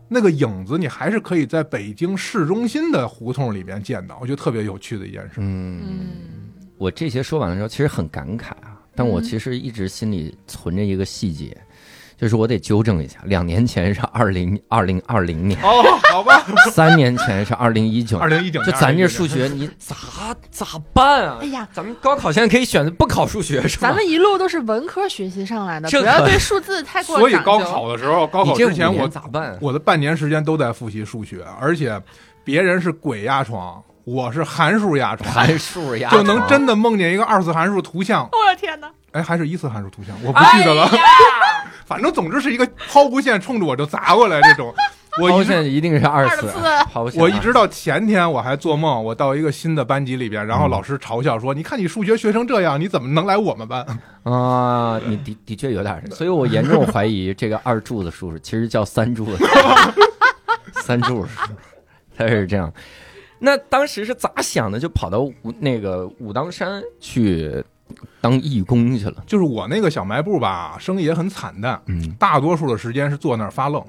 F: 那个影子你还是可以在北京市中心的胡同里面见到，我觉得特别有趣的一件事。
A: 嗯，
D: 嗯
A: 我这些说完了之后，其实很感慨啊，但我其实一直心里存着一个细节。就是我得纠正一下，两年前是二零二零二零年，
F: 哦，好吧，
A: 三年前是二零一九
F: 二零一九
A: 就
F: 年，
A: 咱这数学，你咋咋办啊？
E: 哎呀，
A: 咱们高考现在可以选择不考数学是吧？
E: 咱们一路都是文科学习上来的，
A: 这
E: 不要
A: 可
E: 对数字太过
F: 所以
E: 讲究。
F: 高考的时候，高
A: 你
F: 考
A: 这
F: 之
A: 五
F: 前
A: 年
F: 我
A: 咋办？啊
F: 我的半年时间都在复习数学，而且别人是鬼压床，我是函数压床，
A: 函数呀，
F: 就能真的梦见一个二次函数图像，
D: 我的天哪！
F: 哎，还是一次函数图像，我不记得了。 反正总之是一个抛物线冲着我就砸过来这种，我
A: 抛
F: 一直。
A: 线一定是二次，
D: 二
A: 抛线啊
F: 我一直到前天我还做梦，我到一个新的班级里边，
A: 嗯
F: 然后老师嘲笑说：“你看你数学学成这样，你怎么能来我们班
A: 啊，你的的确有点儿，所以我严重怀疑这个二柱子叔叔其实叫三柱子，三柱子叔叔，他是这样。那当时是咋想的？就跑到武那个武当山去当义工去了？”。
F: 就是我那个小卖部吧，生意也很惨淡，
A: 嗯
F: 大多数的时间是坐那儿发愣，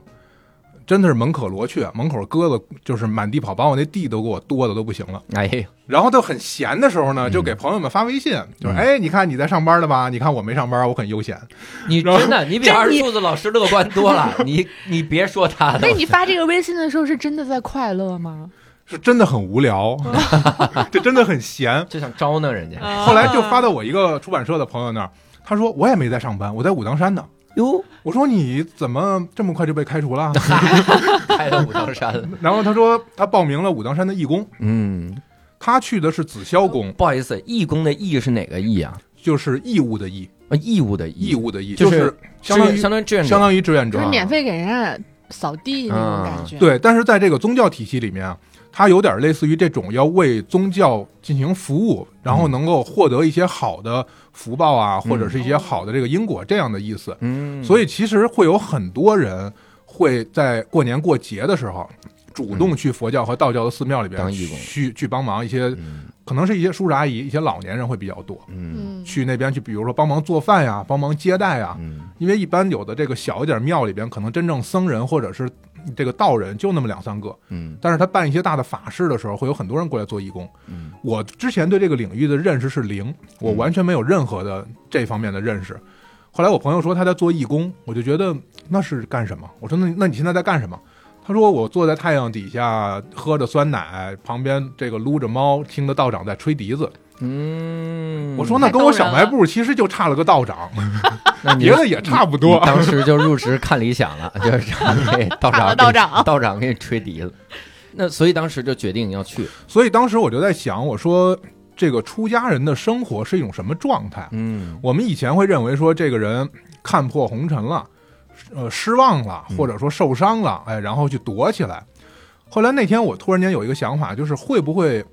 F: 真的是门可罗雀，门口鸽子就是满地跑，把我那地都给我多的都不行了。
A: 哎呀，
F: 然后他很闲的时候
A: 嗯
F: 呢，就给朋友们发微信，就是哎，你看你在上班的吧？你看我没上班，我很悠闲。
A: 你真的，你比二柱子老师乐观多了。你你别说他的
D: 哎
E: 那，你发这个微信的时候，是真的在快乐吗？
F: 是真的很无聊， 这真的很闲。
A: 就想招弄人 家。
F: 后来就
D: 啊
F: 发到我一个出版社的朋友那儿，他说我也没在上班，我在武当山呢。
A: 哟，
F: 我说你怎么这么快就被开除了？
A: 开到武当山了。
F: 然后他说他报名了武当山的义工，
A: 嗯，
F: 他去的是紫霄宫，
A: 不好意思，义工的义是哪个义啊？
F: 就是义务的义，
A: 啊，义务的
F: 义
A: 义，
F: 务的义，
A: 就
F: 就是是相当于
A: 相当于志愿者，
F: 相当于志愿
E: 就
F: 者啊
E: 是。免费给人家扫地那种感觉。，
F: 对，但是在这个宗教体系里面啊，它有点类似于这种要为宗教进行服务，然后能够获得一些好的福报啊，或者是一些好的这个因果这样的意思。
A: 嗯，
F: 所
A: 以
F: 以其实会有很多人会在过年过节的时候。主动去佛教和道教的寺庙里
A: 嗯
F: 边
A: 当义工
F: 去去帮忙一些，
A: 嗯
F: 可能是一些叔叔阿姨、一些老年人会比较多，
A: 嗯
E: 嗯，
F: 去那边去，比如说帮忙做饭呀、帮忙接待呀，
A: 嗯
F: 因为一般有的这个小一点庙里边，可能真正僧人或者是这个道人就那么两三个，
A: 嗯
F: 但是他办一些大的法事的时候，会有很多人过来做义工。
A: 嗯
F: 我之前对这个领域的认识是零，我
A: 嗯
F: 完全没有任何的这方面的认识。后来我朋友说他在做义工，我就觉得那是干什么？我说那那你现在在干什么？他说我坐在太阳底下喝着酸奶，旁边这个撸着猫，听着道长在吹笛子。
A: 嗯，
F: 我说那跟我小卖部其实就差了个道 长，
A: 那你
F: 别的也差不 多
A: 你。当时就入职看理想了，就是让那道
D: 看了
A: 长
D: 道长
A: 道长给你吹笛子。那所以当时就决定要去，
F: 所以当时我就在想，我说这个出家人的生活是一种什么状态？
A: 嗯
F: 我们以前会认为说这个人看破红尘了，呃，失望了，
A: 嗯
F: 或者说受伤了，哎，然后去躲起来。后来那天我突然间有一个想法，就是会不会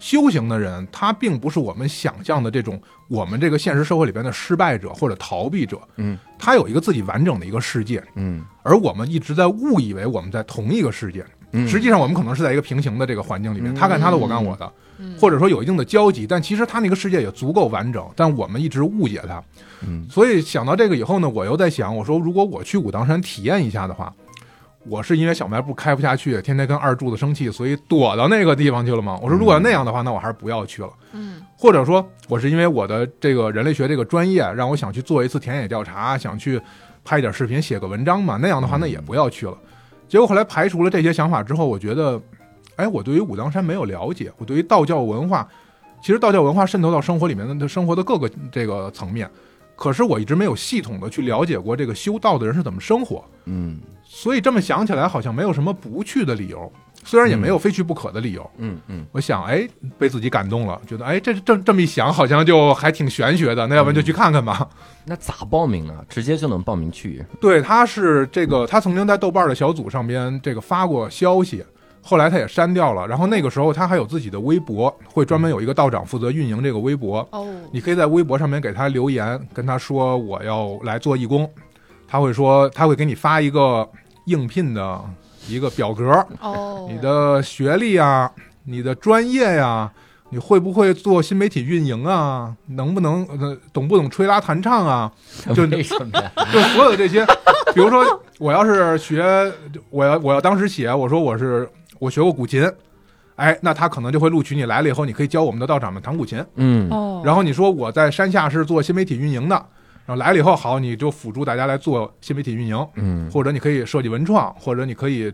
F: 修行的人，他并不是我们想象的这种我们这个现实社会里边的失败者或者逃避者，
A: 嗯
F: 他有一个自己完整的一个世界，
A: 嗯
F: 而我们一直在误以为我们在同一个世界，
A: 嗯，
F: 实际上我们可能是在一个平行的这个环境里面，
A: 嗯
F: 他干他的，我干我的，或者说有一定的交集，但其实他那个世界也足够完整，但我们一直误解他，
A: 嗯
F: 所以想到这个以后呢，我又在想，我说如果我去武当山体验一下的话，我是因为小卖部开不下去，天天跟二柱子生气，所以躲到那个地方去了吗？我说如果要那样的话，那我还是不要去了。
E: 嗯，
F: 或者说我是因为我的这个人类学这个专业，让我想去做一次田野调查，想去拍一点视频、写个文章嘛。那样的话，
A: 嗯
F: 那也不要去了。结果后来排除了这些想法之后，我觉得，哎，我对于武当山没有了解，我对于道教文化，其实道教文化渗透到生活里面的生活的各个这个层面，可是我一直没有系统的去了解过这个修道的人是怎么生活。
A: 嗯
F: 所以这么想起来，好像没有什么不去的理由，虽然也没有非去不可的理由。
A: 嗯嗯
F: 我想，哎，被自己感动了，觉得，哎，这这这么一想，好像就还挺玄学的。那要不然就去看看吧。
A: 那咋报名啊？直接就能报名去？
F: 对，他是这个，他曾经在豆瓣的小组上边这个发过消息，后来他也删掉了。然后那个时候他还有自己的微博，会专门有一个道长负责运营这个微博。
E: 哦，
F: 你可以在微博上面给他留言，跟他说我要来做义工，他会说他会给你发一个应聘的一个表格，
E: 哦
F: 你的学历啊，你的专业呀、你会不会做新媒体运营啊？能不能呃，懂不懂吹拉弹唱啊？就
A: 为什么呀？
F: 就所有的这些，比如说我要是学，我要我要当时写，我说我是我学过古琴，哎，那他可能就会录取你来了以后，你可以教我们的道长们弹古琴。
A: 嗯
E: 哦，
F: 然后你说我在山下是做新媒体运营的，然后来了以后好，你就辅助大家来做新媒体运营。
A: 嗯
F: 或者你可以设计文创，或者你可以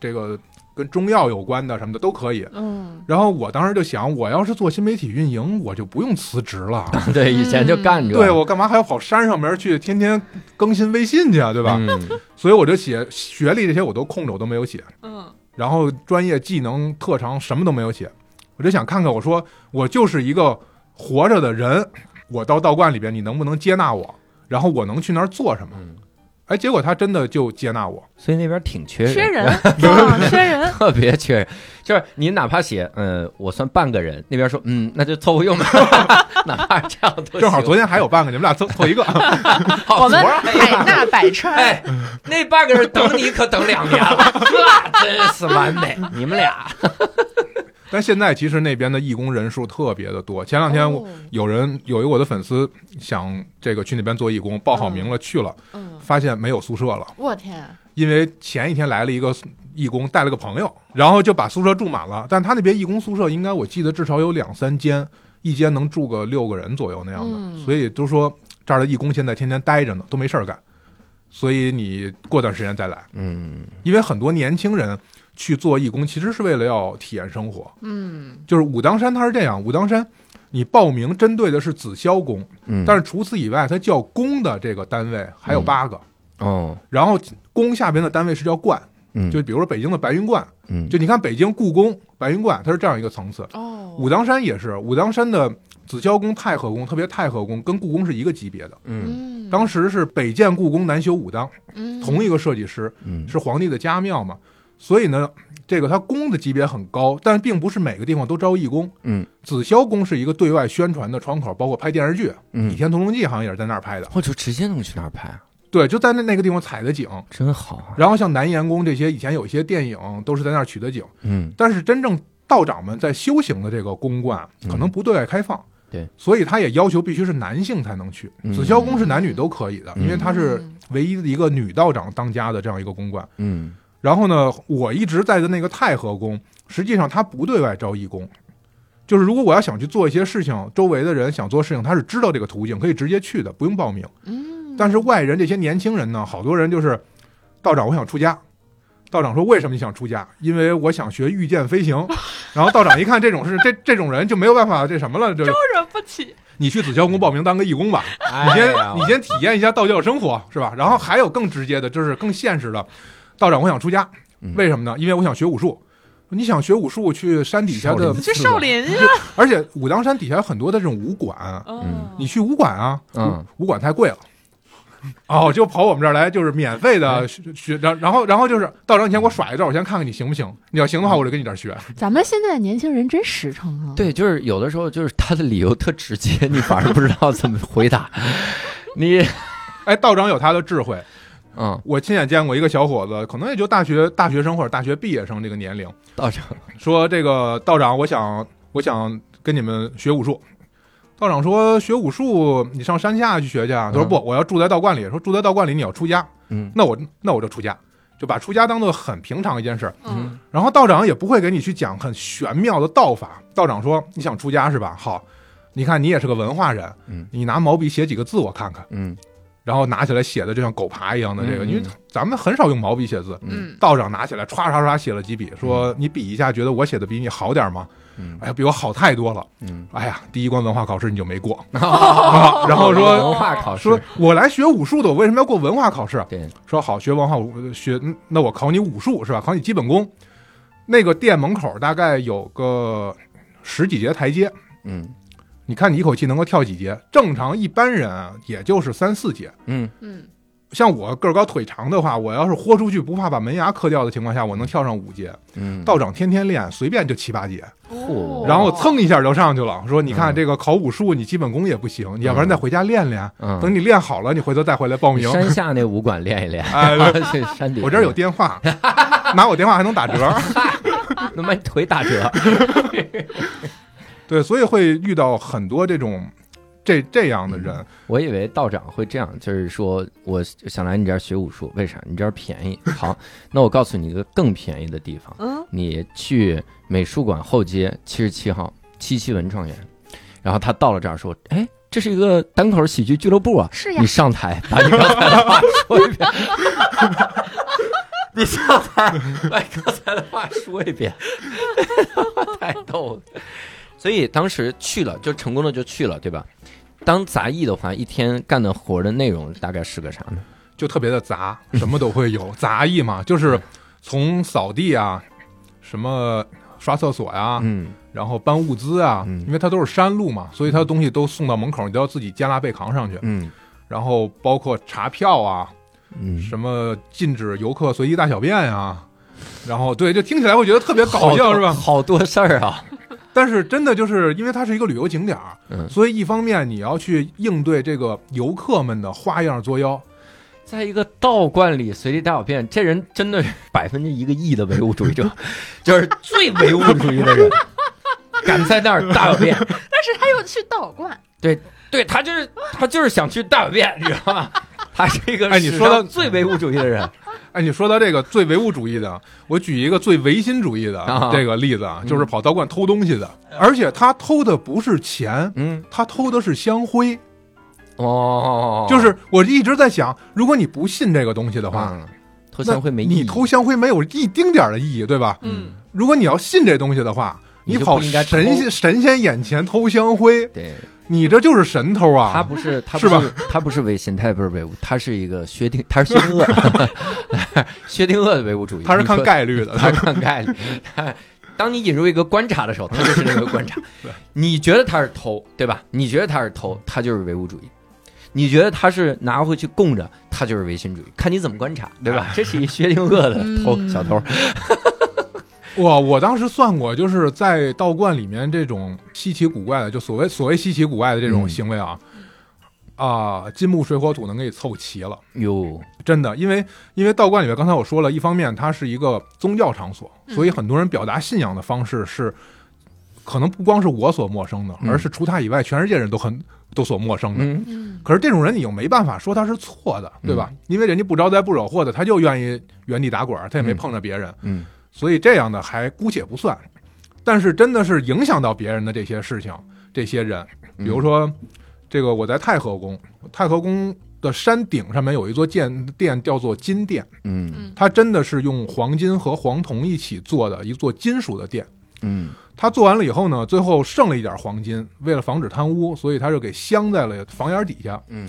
F: 这个跟中药有关的什么的都可以。
E: 嗯，
F: 然后我当时就想，我要是做新媒体运营，我就不用辞职了。
A: 对，以前就干着，
F: 对我干嘛还要跑山上面去天天更新微信去啊？对
A: 对
F: 吧？
A: 嗯
F: 所以我就写学历这些我都空着，我都没有写。
D: 嗯，
F: 然后专业技能特长什么都没有写，我就想看看，我说我就是一个活着的人，我到道观里边你能不能接纳我？然后我能去那儿做什么？
A: 嗯
F: 哎，结果他真的就接纳我。
A: 所以那边挺缺
D: 嗯缺人，啊缺人，
A: 特别缺人，就是你哪怕写，嗯，我算半个人，那边说，嗯，那就凑合用吧， 哪怕这样都行
F: 正好昨天还有半个，你们俩凑 凑一个。
A: 好
D: 我们
A: 昨儿还有
D: 海纳百 川，
A: 哎，那半个人等你可等两年了，这真是完美，你们俩，
F: 但现在其实那边的义工人数特别的多。前两天我
E: 哦
F: 有人有一我的粉丝想这个去那边做义工，报好名了去了，
E: 嗯，
F: 发现没有宿舍了，
E: 我天，
F: 因为前一天来了一个义工带了个朋友，然后就把宿舍住满了。但他那边义工宿舍应该我记得至少有两三间，一间能住个六个人左右那样的，
E: 嗯
F: 所以都说这儿的义工现在天天待着呢，都没事儿干。所以你过段时间再来，
A: 嗯
F: 因为很多年轻人去做义工其实是为了要体验生活。
E: 嗯，
F: 就是武当山它是这样，武当山你报名针对的是紫霄宫，
A: 嗯
F: 但是除此以外，它叫宫的这个单位还有八个，
A: 哦，
F: 然后宫下边的单位是叫观，
A: 嗯
F: 就比如说北京的白云观，
A: 嗯
F: 就你看北京故宫、白云观，它是这样一个层次。
E: 哦，
F: 武当山也是，武当山的紫霄宫、太和宫，特别太和宫跟故宫是一个级别的。
A: 嗯
E: 嗯，
F: 当时是北建故宫，南修武当，
E: 嗯
F: 同一个设计师，
A: 嗯
F: 是皇帝的家庙嘛，所以呢，这个它宫的级别很高，但并不是每个地方都招义工。
A: 嗯，
F: 紫霄宫是一个对外宣传的窗口，包括拍电视剧，倚
A: 嗯，
F: 天屠龙记》好像也是在那儿拍的。
A: 我就直接能去那儿拍，啊
F: 对，就在那那个地方采的景。
A: 真好啊，
F: 然后像南岩宫这些，以前有一些电影都是在那儿取的景，
A: 嗯
F: 但是真正道长们在修行的这个宫观，
A: 嗯
F: 可能不对外开放。
A: 对，
F: 所以他也要求必须是男性才能去。
A: 嗯
F: 紫霄宫是男女都可以的，
A: 嗯
F: 因为它是
E: 嗯
F: 唯一的一个女道长当家的这样一个宫观。
A: 嗯
F: 然后呢，我一直在的那个太和宫，实际上它不对外招义工，就是如果我要想去做一些事情，周围的人想做事情，他是知道这个途径，可以直接去的，不用报名。
E: 嗯，
F: 但是外人这些年轻人呢，好多人就是，道长，我想出家。道长说：“为什么你想出家？因为我想学御剑飞行。”然后道长一看这种是这这种人就没有办法这什么了，就是
D: 招惹不起，
F: 你去紫霄宫报名当个义工吧，你
A: 哎
F: 先
A: 呀
F: 你先体验一下道教生活是吧？然后还有更直接的，就是更现实的，道长，我想出家
A: 嗯，
F: 为什么呢？因为我想学武术。你想学武术，去山底下
A: 少
F: 的
A: 林，
D: 去少林啊呀，
F: 而且武当山底下有很多的这种武馆，
A: 嗯
F: 你去武馆啊，
A: 嗯
F: 武武馆太贵了，哦，就跑我们这儿来，就是免
A: 哎
F: 费的学学，然然后然后就是到张前给我甩一照，我先看看你行不行。你要行的话，我就跟你这儿学。
E: 咱们现在的年轻人真实诚啊！
A: 对，就是有的时候就是他的理由特直接，你反而不知道怎么回答。你
F: 哎，道长有他的智慧，
A: 嗯，
F: 我亲眼见过一个小伙子，可能也就大学大学生或者大学毕业生这个年龄，
A: 道长，
F: 说这个道长，我想我想跟你们学武术。道长说学武术，你上山下去学去啊。他说
A: 嗯
F: 不，我要住在道观里。说住在道观里你要出家，
A: 嗯
F: 那我那我就出家，就把出家当做很平常一件事儿。
A: 嗯
F: 然后道长也不会给你去讲很玄妙的道法。道长说你想出家是吧？好，你看你也是个文化人，
A: 嗯
F: 你拿毛笔写几个字我看看。
A: 嗯
F: 然后拿起来写的就像狗爬一样的这个，
A: 嗯
F: 因为咱们很少用毛笔写字。
A: 嗯
D: 嗯，
F: 道长拿起来唰唰唰写了几笔，说你比一下，觉得我写的比你好点吗？
A: 嗯
F: 哎呀，比我好太多了。
A: 嗯，
F: 哎呀，第一关文化考试你就 没过， 啊然后说
A: 文化考试
F: 说，我来学武术的，我为什么要过文化考试？
A: 对，
F: 说好学文化武学，嗯那我考你武术是吧？考你基本功。那个店门口大概有个十几节台阶，
A: 嗯
F: 你看你一口气能够跳几节？正常一般人啊也就是三四节。
A: 嗯
D: 嗯，
F: 像我个儿高腿长的话，我要是豁出去不怕把门牙磕掉的情况下，我能跳上五节。
A: 嗯，
F: 道长天天练，随便就七八节，
E: 哦
A: 嚯
F: 然后蹭一下就上去了。说你
A: 嗯
F: 看这个考武术，你基本功也不行，你要不然再回家练练，
A: 嗯，
F: 等你练好了，你回头再回来报名。
A: 山下那武馆练一练，
F: 哎，
A: 去山顶。
F: 我这儿有 电话，拿我电话还能打折。
A: 能把你腿打折。
F: 对，所以会遇到很多这种这这样的人。
A: 我以为道长会这样，就是说我想来你这儿学武术，为啥？你这儿便 宜。好，那我告诉你一个更便宜的地方，
D: 嗯，
A: 你去美术馆后街七十七号七七文创园。然后他到了这儿说：“哎，这是一个单口喜剧俱乐部啊，
E: 是
A: 你上台把你刚才的话说一遍。 你上台把你刚才的话说一 遍，太逗了。所以当时去了，就成功的就去了，对吧？当杂役的话，一天干的活的内容大概是个啥呢？
F: 就特别的杂，什么都会有。 杂役嘛，就是
A: 嗯
F: 从扫地啊，什么刷厕所呀、
A: 嗯
F: 然后搬物资啊，
A: 嗯
F: 因为它都是山路嘛，所以它的东西都送到门口，你都要自己肩拉背扛上去。
A: 嗯
F: 然后包括查票啊，
A: 嗯，
F: 什么禁止游客随地大小便呀、然后对，就听起来会觉得特别搞
A: 好
F: 笑
A: 多
F: 是吧？
A: 好多事儿啊，
F: 但是真的就是因为它是一个旅游景点儿，
A: 嗯
F: 所以一方面你要去应对这个游客们的花样作妖，
A: 在一个道观里随地大小便，这人真的是百分之一个亿的唯物主义者，就是最唯物主义的人， 敢在那儿大小便。
D: 但是他又去道观，
A: 对他就是他就是想去大小便，你知道吗？他是一个
F: 哎你说到
A: 史上最唯物主义的 人，
F: 哎，你说到这个最唯物主义的，我举一个最唯心主义的
A: 啊
F: 这个例子啊，
A: 嗯
F: 就是跑道观偷东西的，而且他偷的不是钱，
A: 嗯
F: 他偷的是香灰。
A: 哦，
F: 就是我一直在想，如果你不信这个东西的话，
A: 嗯，偷香会没意义，
F: 你偷香灰没有一丁点儿的意义，对吧？
A: 嗯
D: 嗯，
F: 如果你要信这东西的话，
A: 你就不
F: 跑
A: 应该偷
F: 神仙神仙眼前偷香灰，
A: 对
F: 你这就是神偷啊！
A: 他不是他
F: 是
A: 不
F: 吧
A: 是他不是唯心，他也不是唯物，他是一个薛定他是薛定谔， 薛定谔的唯物主义，
F: 他是看
A: 你说
F: 概率 的，
A: 他看概率。他当你引入一个观察的时候，他就是那个观 察。你觉得他是偷，对吧？你觉得他是偷，他就是唯物主义；你觉得他是拿回去供着，他就是唯心主义。看你怎么观察，对
F: 啊
A: 吧？这是一薛定谔的偷
D: 嗯
A: 小偷。
F: 我我当时算过，就是在道观里面这种稀奇古怪的，就所谓所谓稀奇古怪的这种
A: 嗯
F: 行为啊，啊、金木水火土能给你凑齐了，
A: 哟，
F: 真的，因为因为道观里面刚才我说了，一方面它是一个宗教场所，
D: 嗯
F: 所以很多人表达信仰的方式是，可能不光是我所陌生的，
A: 嗯
F: 而是除他以外全世界人都很都所陌生的。
A: 嗯
D: 嗯
F: 可是这种人你又没办法说他是错的，对吧？因为人家不招灾不惹祸的，他就愿意原地打滚儿，他也没
A: 嗯
F: 碰着别人。
A: 嗯
F: 所以这样的还姑且不算。但是真的是影响到别人的这些事情，这些人，
A: 嗯
F: 比如说这个我在太和宫，太和宫的山顶上面有一座建殿叫做金殿，
A: 嗯
D: 嗯
F: 它真的是用黄金和黄铜一起做的一座金属的殿。
A: 嗯
F: 它做完了以后呢，最后剩了一点黄金，为了防止贪污，所以它就给镶在了房檐底下。
A: 嗯，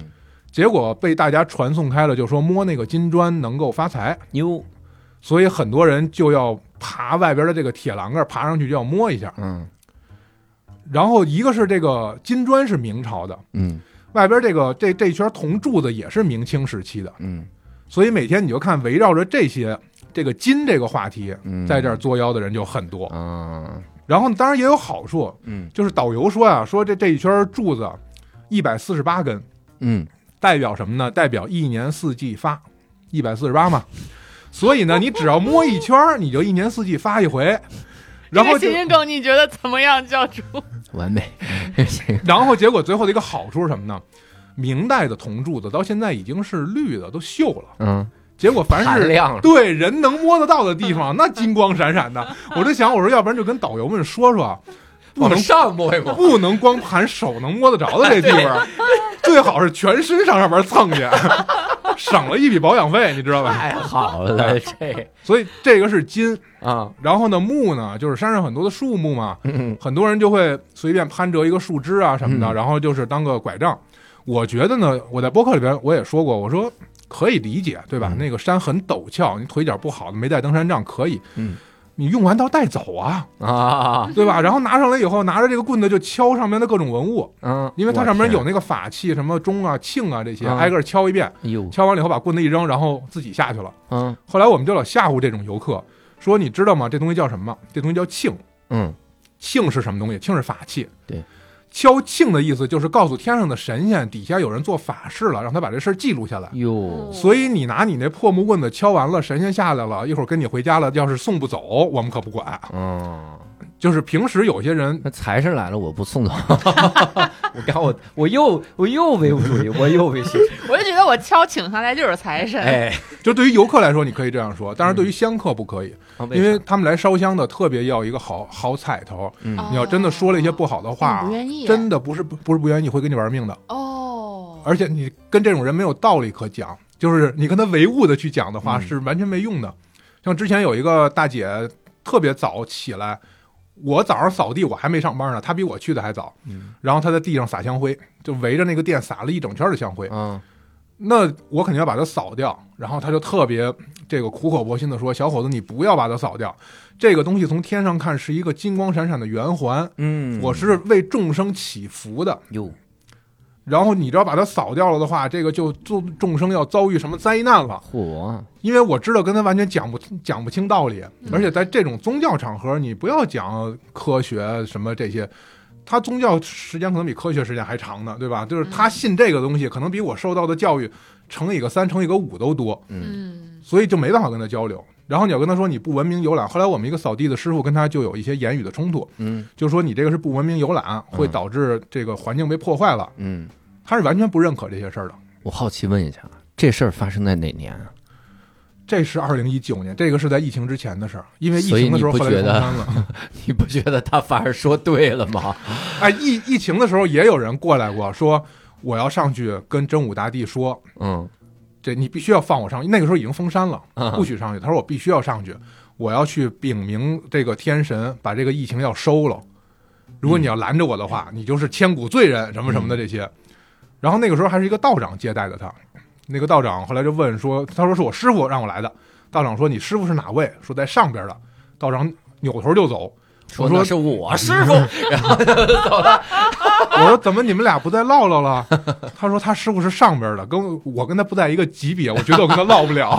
F: 结果被大家传送开了，就说摸那个金砖能够发财。
A: 哟，
F: 所以很多人就要爬外边的这个铁栏杆，爬上去就要摸一下。
A: 嗯
F: 然后一个是这个金砖是明朝的，
A: 嗯
F: 外边这个这这一圈铜柱子也是明清时期的，
A: 嗯
F: 所以每天你就看围绕着这些这个金这个话题，
A: 嗯，
F: 在这儿作妖的人就很多。
A: 啊，
F: 然后呢当然也有好处，
A: 嗯
F: 就是导游说呀，说这这一圈柱子一百四十八根，
A: 嗯
F: 代表什么呢？代表一年四季发，一百四十八嘛。所以呢，你只要摸一圈儿，你就一年四季发一回，然
D: 这个
F: 后就
D: 谐音梗你觉得怎么样，教主？
A: 完美，
F: 然后结果最后的一个好处是什么呢？明代的铜柱子到现在已经是绿的，都锈了。
A: 嗯，
F: 结果凡
A: 含
F: 是
A: 量 了，
F: 对人能摸得到的地 方，那金光闪闪的。我就想，我说要不然就跟导游们说说，不
A: 往
F: 能
A: 上摸一 摸，
F: 不能光盘手能摸得着的这地 方，最好是全身上上边蹭 去，省了一笔保养费，你知道吧？
A: 太哎好了，这
F: 所以这个是金，
A: 啊，
F: 然后呢木呢，就是山上很多的树木嘛，
A: 嗯
F: 很多人就会随便攀折一个树枝啊什么的，
A: 嗯
F: 然后就是当个拐杖。我觉得呢，我在播客里边我也说过，我说可以理解，对吧？
A: 嗯
F: 那个山很陡峭，你腿脚不好，没带登山杖可以，
A: 嗯，
F: 你用完到带 走啊，
A: 啊，
F: 对吧？然后拿上来以后，拿着这个棍子就敲上面的各种文物，
A: 嗯，
F: 因为它
A: 我
F: 上面
A: 天
F: 有那个法器，什么钟啊、磬啊这些，
A: 嗯
F: 挨个儿敲一遍，
A: 哎呦，
F: 敲完了以后把棍子一扔，然后自己下去了。
A: 嗯
F: 后来我们就老吓唬这种游客，说你知道吗？这东西叫什么？这东西叫磬。
A: 嗯
F: 磬是什么东西？磬是法器。
A: 对，
F: 敲磬的意思就是告诉天上的神仙，底下有人做法事了，让他把这事儿记录下来。
E: 嗯
A: 哟，
F: 所以你拿你那破木棍子敲完了，神仙下来了，一会儿跟你回家了，要是送不走，我们可不管。
A: 嗯。
F: 就是平时有些人
A: 那财神来了，我不送他。 我刚我我又我又唯物主义，我又唯心。
D: 我就觉得我敲请上来就是财 神，
A: 哎，
F: 就对于游客来说，你可以这样说，但是对于香客不可以，因为他们来烧香的特别要一个好好彩头。
A: 嗯
F: 你要真的说了一些不好的话啊
E: 我啊不，愿意，啊
F: 真的不是不不是不愿意，会跟你玩命的。
E: 哦，
F: 而且你跟这种人没有道理可讲，就是你跟他唯物的去讲的话
A: 嗯
F: 是完全没用的。像之前有一个大姐特别早起来，我早上扫地我还没上班呢，她比我去的还早，
A: 嗯
F: 然后她在地上撒香灰，就围着那个店撒了一整圈的香灰。
A: 嗯
F: 那我肯定要把它扫掉。然后她就特别这个苦口婆心的说：“小伙子，你不要把它扫掉，这个东西从天上看是一个金光闪闪的圆环，
A: 嗯
F: 我是为众生祈福的。”
A: 哟，
F: 然后你只要把它扫掉了的话，这个就众众生要遭遇什么灾难了？
A: 嚯，
F: 因为我知道跟他完全讲不讲不清道理，而且在这种宗教场合，你不要讲科学什么这些，他宗教时间可能比科学时间还长呢，对吧？就是他信这个东西，可能比我受到的教育乘以个三、乘以个五都多。
D: 嗯，
F: 所以就没办法跟他交流。然后你要跟他说你不文明游览，后来我们一个扫地的师傅跟他就有一些言语的冲突，
A: 嗯
F: 就说你这个是不文明游览，会
A: 嗯
F: 导致这个环境被破坏了。
A: 嗯，
F: 他是完全不认可这些事儿的。
A: 我好奇问一下，这事儿发生在哪年啊？
F: 这是二零一九年，这个是在疫情之前的事儿，因为疫
A: 所以
F: 情的时候
A: 你
F: 后
A: 不
F: 来
A: 觉
F: 就
A: 得
F: 封山 了。
A: 你不觉得他反而说对了吗？
F: 哎，疫疫情的时候也有人过来过，说我要上去跟真武大帝说，
A: 嗯
F: 这你必须要放我上去。那个时候已经封山了，
A: 啊
F: 不许上去。他说我必须要上去，我要去禀明这个天神，把这个疫情要收了。如果你要拦着我的话，你就是千古罪人什么什么的这些。然后那个时候还是一个道长接待的他，那个道长后来就问说，他说是我师傅让我来的。道长说你师傅是哪位？说在上边的。道长扭头就走。
A: 说嗯
F: 我说
A: 那是我师傅。
F: 我说怎么你们俩不再唠唠了？他说他师傅是上边的，跟我我跟他不在一个级别，我觉得我跟他唠不了。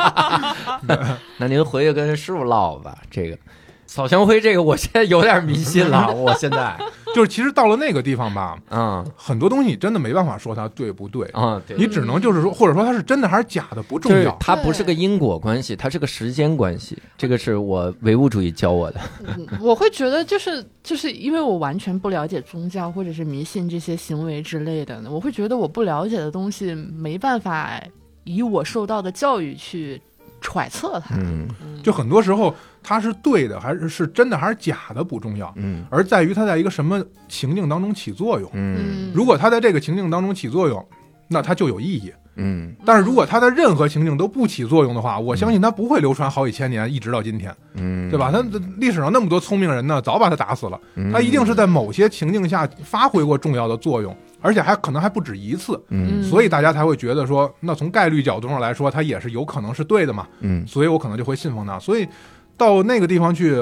A: 那您回去跟师傅唠吧。这个扫香灰，这个我现在有点迷信 了。我现在，
F: 就是其实到了那个地方吧，
A: 嗯
F: 很多东西你真的没办法说它对不对，
A: 嗯，对，
F: 你只能就是说，或者说它是真的还是假的不重
A: 就是
F: 要。
A: 它不是个因果关系，它是个时间关系。这个是我唯物主义教我的。
E: 嗯我会觉得就是就是因为我完全不了解宗教或者是迷信这些行为之类的，我会觉得我不了解的东西没办法以我受到的教育去揣测它。
A: 嗯
F: 就很多时候它是对的还是是真的还是假的不重要，
A: 嗯
F: 而在于它在一个什么情境当中起作用。
A: 嗯
F: 如果它在这个情境当中起作用，那它就有意义。
A: 嗯
F: 但是如果它在任何情境都不起作用的话，我相信它不会流传好几千年，一直到今天，
A: 嗯
F: 对吧？它历史上那么多聪明人呢，早把它打死了。它
A: 嗯
F: 一定是在某些情境下发挥过重要的作用，而且还可能还不止一次。
A: 嗯
E: 嗯
F: 所以大家才会觉得说，那从概率角度上来说，它也是有可能是对的嘛，
A: 嗯
F: 所以我可能就会信奉它。所以到那个地方去，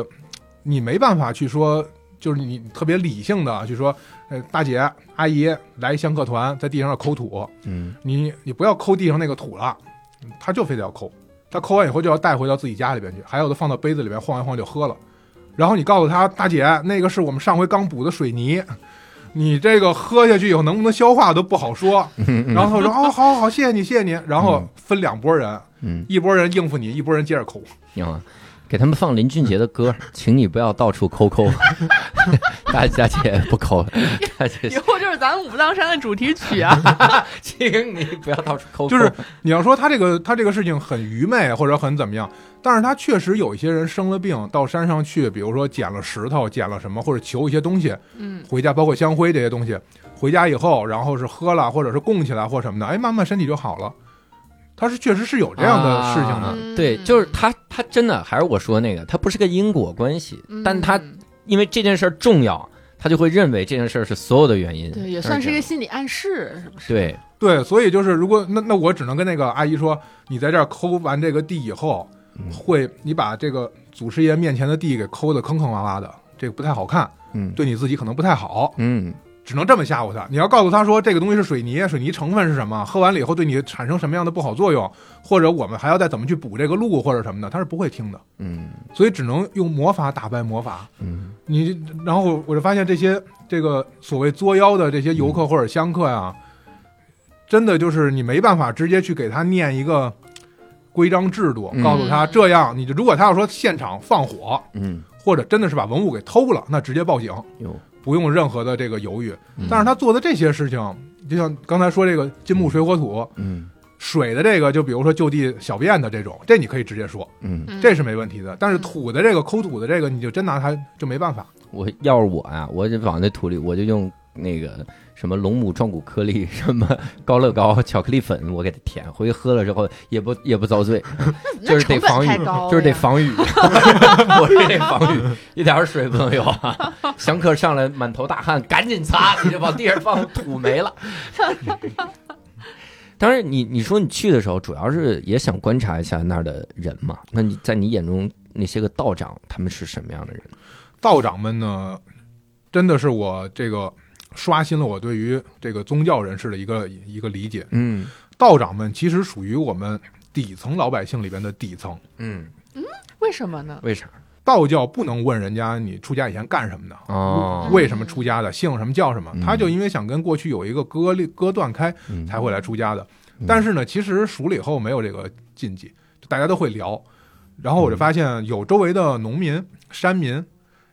F: 你没办法去说就是你特别理性的去说，呃，大姐、阿姨来一香客团，在地上要抠土，
A: 嗯，
F: 你你不要抠地上那个土了，嗯他就非得要抠，他抠完以后就要带回到自己家里边去，还有的放到杯子里边晃一晃就喝了。然后你告诉他，大姐，那个是我们上回刚补的水泥，你这个喝下去以后能不能消化都不好说。
A: 嗯
F: 然后他说，哦，好好好，谢谢你，谢谢你。然后分两拨人，
A: 嗯，
F: 一拨人应付你，一拨人接着抠。
A: 行啊，给他们放林俊杰的歌，请你不要到处抠 抠，大大姐不 抠，大姐
D: 以后就是咱们武当山的主题曲啊！
A: 请你不要到处抠抠，
F: 就是你要说他这个他这个事情很愚昧或者很怎么样，但是他确实有一些人生了病到山上去，比如说捡了石头、捡了什么或者求一些东西，
D: 嗯，
F: 回家包括香灰这些东西，回家以后然后是喝了或者是供起来或什么的，哎，慢慢身体就好了。他是确实是有这样的事情的，
A: 啊
D: 嗯
A: 对，就是他他真的还是我说那个，他不是个因果关系，但他
D: 嗯
A: 因为这件事儿重要，他就会认为这件事儿是所有的原因。
E: 对，也算是
A: 这
E: 一个
A: 样
E: 心理暗示，是不是？
A: 对，
F: 对，所以就是如果那那我只能跟那个阿姨说，你在这儿抠完这个地以后，
A: 嗯
F: 会你把这个祖师爷面前的地给抠得坑坑洼洼的，这个不太好看，
A: 嗯，
F: 对你自己可能不太好。
A: 嗯，
F: 只能这么吓唬他。你要告诉他说这个东西是水泥，水泥成分是什么，喝完了以后对你产生什么样的不好作用，或者我们还要再怎么去补这个路或者什么的，他是不会听的。
A: 嗯，
F: 所以只能用魔法打败魔法。
A: 嗯，
F: 你然后我就发现这些这个所谓作妖的这些游
A: 嗯
F: 客或者香客呀、真的就是你没办法直接去给他念一个规章制度，
A: 嗯
F: 告诉他这样，你就如果他要说现场放火，
A: 嗯，
F: 或者真的是把文物给偷了，那直接报警。
A: 有，
F: 不用任何的这个犹豫，
A: 嗯
F: 但是他做的这些事情，就像刚才说这个金木水火土
A: 嗯
F: 水的这个，就比如说就地小便的这种，这你可以直接说，
A: 嗯，
D: 嗯
F: 这是没问题的。但是土的这个抠土的这个，你就真拿它就没办法。
A: 我要是我啊，我就往那土里，我就用那个什么龙母壮骨颗粒，什么高乐高、巧克力粉，我给它填，回去喝了之后也不也不遭罪，
E: 那
A: 就是得
E: 成
A: 防
E: 本
A: 御
E: 太高了呀，
A: 就是得防 雨，我是得防 雨，一点水不能有啊！香客上来满头大汗，赶紧擦，你就往地上放土没 了。当然你，你说你去的时候，主要是也想观察一下那儿的人嘛。那你在你眼中那些个道长，他们是什么样的人？
F: 道长们呢，真的是我这个刷新了我对于这个宗教人士的一个一个理解。
A: 嗯
F: 道长们其实属于我们底层老百姓里边的底层。
A: 嗯，
E: 为什么呢？
A: 为啥？
F: 道教不能问人家你出家以前干什么的，
A: 哦，
F: 为什么出家的，姓什么叫什么
A: 嗯，
F: 他就因为想跟过去有一个割裂割断开，
A: 嗯
F: 才会来出家的
A: 嗯。
F: 但是呢，其实熟了以后没有这个禁忌，就大家都会聊。然后
A: 嗯
F: 我就发现有周围的农民、山民，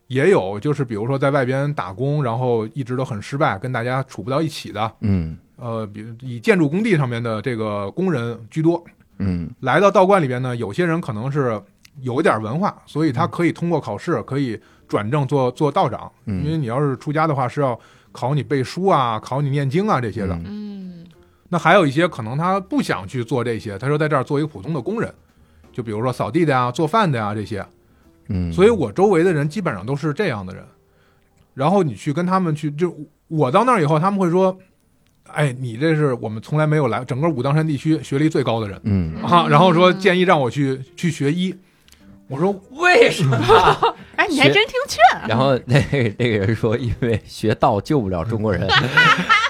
F: 也有就是比如说在外边打工，然后一直都很失败，跟大家处不到一起的。
A: 嗯
F: 呃，比如以建筑工地上面的这个工人居多，
A: 嗯
F: 来到道观里边呢，有些人可能是有一点文化，所以他可以通过考试，可以转正做做道长。
A: 嗯
F: 因为你要是出家的话，是要考你背书啊，考你念经啊这些的。
A: 嗯
E: 嗯，
F: 那还有一些可能他不想去做这些，他说在这儿做一个普通的工人，就比如说扫地的呀、做饭的呀这些。
A: 嗯，
F: 所以我周围的人基本上都是这样的人。然后你去跟他们去，就我到那儿以后，他们会说：“哎，你这是我们从来没有来，整个武当山地区学历最高的人。”
A: 嗯，
F: 啊，然后说建议让我去去学医，我说
A: 为什么？
D: 哎，你还
A: 学
D: 真听 劝啊，
A: 然后那个那个人说，因为学道救不了中 国人，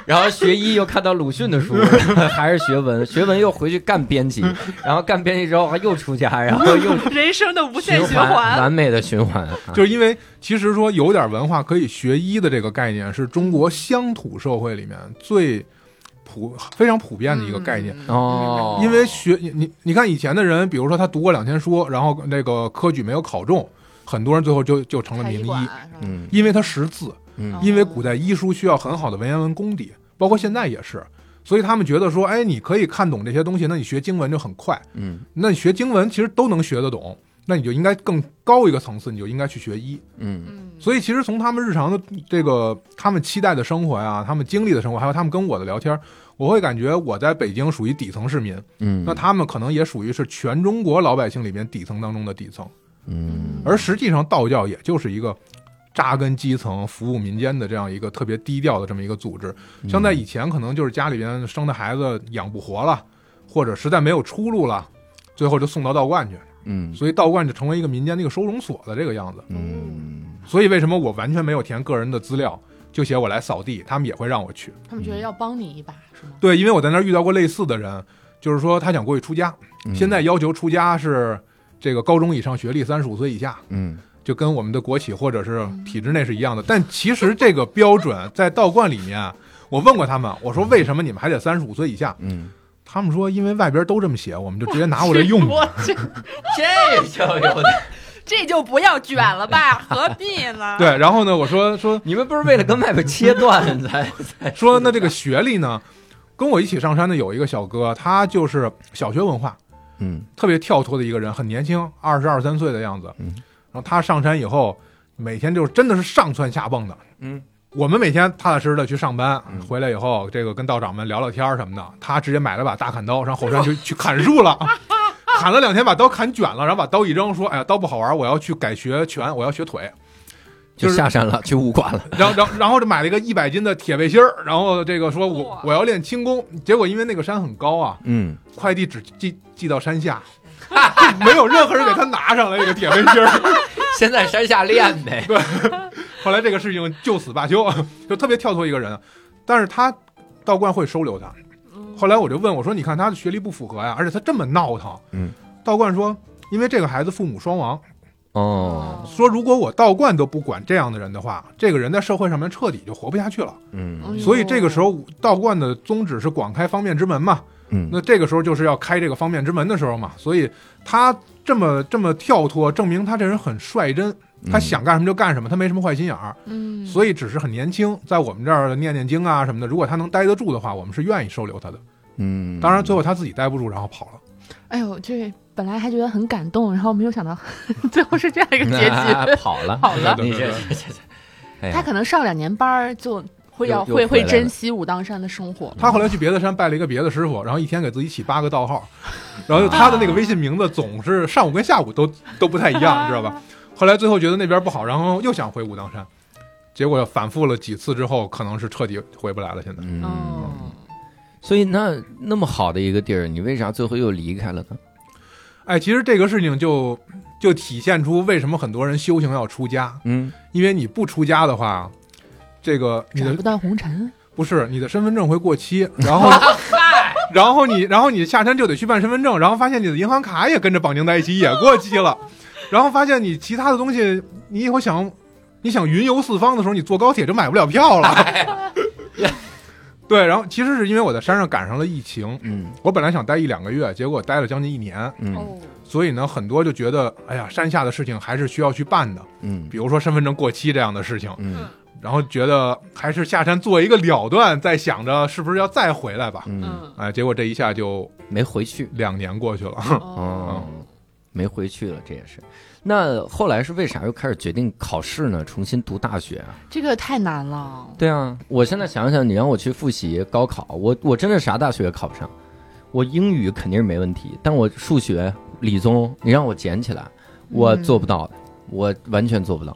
A: 然后学医又看到鲁迅的书， 还是学文，学文又回去干编辑，然后干编辑之后还又出家，然后又
D: 人生的无限
A: 循
D: 循
A: 环，
D: 环。
A: 完美的循环。啊
F: 就是因为其实说有点文化可以学医的这个概念，是中国乡土社会里面最普非常普遍的一个概念。
E: 嗯
A: 哦，
F: 因为学你你你看以前的人，比如说他读过两天书，然后那个科举没有考中，很多人最后就就成了
E: 太
F: 名
E: 医
F: 医
E: 馆，是吧哦
A: 嗯
F: 因为他识字，
A: 嗯
F: 因为古代医书需要很好的文言文功底，包括现在也是，所以他们觉得说，哎，你可以看懂这些东西，那你学经文就很快。
A: 嗯
F: 那你学经文其实都能学得懂，那你就应该更高一个层次，你就应该去学医。
A: 嗯
E: 嗯，
F: 所以其实从他们日常的这个他们期待的生活呀，他们经历的生活，还有他们跟我的聊天，我会感觉我在北京属于底层市民，
A: 嗯，
F: 那他们可能也属于是全中国老百姓里面底层当中的底层，
A: 嗯
F: 而实际上道教也就是一个。扎根基层、服务民间的这样一个特别低调的这么一个组织，
A: 嗯
F: 像在以前可能就是家里边生的孩子养不活了，或者实在没有出路了，最后就送到道观去。
A: 嗯
F: 所以道观就成为一个民间的一个收容所的这个样子。
A: 嗯，
F: 所以为什么我完全没有填个人的资料，就写我来扫地，他们也会让我去。
E: 他们觉得要帮你一把是吗？
F: 对，因为我在那儿遇到过类似的人，就是说他想过去出家，
G: 嗯
F: 现在要求出家是这个高中以上学历，三十五岁以下，
G: 嗯
F: 就跟我们的国企或者是体制内是一样的。但其实这个标准在道观里面，我问过他们，我说为什么你们还得三十五岁以下？
G: 嗯，
F: 他们说因为外边都这么写，我们就直接拿过来 用吧。
D: 我这
A: 这就有点。
D: 这就不要卷了吧，何必呢？
F: 对，然后呢，我说说
A: 你们不是为了跟外边切断 才才
F: 说那这个学历呢，跟我一起上山的有一个小哥，他就是小学文化，
G: 嗯
F: 特别跳脱的一个人，很年轻，二十二三岁的样子。
G: 嗯
F: 然后他上山以后，每天就是真的是上蹿下蹦的。
G: 嗯，
F: 我们每天踏踏实实的去上班
G: 嗯，
F: 回来以后，这个跟道长们聊聊天儿什么的。他直接买了把大砍刀，上后山去 去砍树了，砍了两天，把刀砍卷了，然后把刀一扔，说：“哎呀，刀不好玩，我要去改学拳，我要学腿。”
A: 就
F: 就是
A: 下山了，去武馆了。
F: 然后，然后，然后就买了一个一百斤的铁背心儿，然后这个说我
D: 哇
F: 我要练轻功，结果因为那个山很高啊，
G: 嗯，
F: 快递只寄寄到山下，就 没有任何人给他拿上来这个铁背心儿。
A: 先在山下练呗。
F: 后来这个事情就此罢休，就 特别跳脱一个人。但是他道观会收留他。后来我就问我说：“你看他的学历不符合呀，而且他这么闹腾。”
G: 嗯，
F: 道观说：“因为这个孩子父母双亡，
A: 哦，
E: 嗯
F: 说如果我道观都不管这样的人的话，这个人在社会上面彻底就活不下去了。
G: 嗯
F: 所以这个时候道观的宗旨是广开方便之门嘛。
G: 嗯，
F: 那这个时候就是要开这个方便之门的时候嘛，所以他这么这么跳脱，证明他这人很率真，
G: 嗯
F: 他想干什么就干什么，他没什么坏心眼儿，
E: 嗯，
F: 所以只是很年轻，在我们这儿念念经啊什么的，如果他能待得住的话，我们是愿意收留他的。
G: 嗯，
F: 当 然最后他自己待不住，然后跑了。
E: 哎呦，这本来还觉得很感动，然后没有想到 最后是这样一个结
A: 啊
E: 局。
A: 跑了，
E: 好了
A: 你这
F: 对对
A: 这这，哎
E: 他
A: 呀，
E: 可能上两年班儿就会要
A: 又又
E: 会
A: 回来
E: 会
A: 了
E: 珍惜武当山的生活。
F: 他后来去别的山拜了一个别的师傅，然后一天给自己起八个 道号，然后他的那个微信名字总是上午跟下午都都不太一样，你知道吧？后来最后觉得那边不好，然后又想回武当山，结果反复了几次之后，可能是彻底回不来了。现在
G: 嗯，
E: 哦，
A: 所以那那么好的一个地儿，你为啥最后又离开了呢？
F: 哎，其实这个事情就就体现出为什么很多人修行要出家，
G: 嗯
F: 因为你不出家的话，这个你
E: 斩
F: 的
E: 不断红尘，
F: 不是你的身份证会过期，然后然后你然后你下山就得去办身份证，然后发现你的银行卡也跟着绑定在一起也过期了，然后发现你其他的东西，你以后想你想云游四方的时候，你坐高铁就买不了票了。对，然后其实是因为我在山上赶上了疫情，
G: 嗯
F: 我本来想待一两个月，结果待了将近一年，
A: 哦
G: 嗯
E: 哦
F: 所以呢，很多就觉得，哎呀，山下的事情还是需要去办的，
G: 嗯
F: 比如说身份证过期这样的事情，
G: 嗯
F: 然后觉得还是下山做一个了断，再想着是不是要再回来吧。
G: 嗯，
F: 哎，结果这一下就
A: 没回去
F: 两年过
D: 嗯
F: 去了。
A: 哦，没回去了，这也是。那后来是为啥又开始决定考试呢？重新读大学啊？
E: 这个太难了。
A: 对啊，我现在想想，你让我去复习高考，我我真的啥大学也考不上。我英语肯定是没问题，但我数学、理综，你让我捡起来，
F: 嗯
A: 我做不到的，我完全做不到。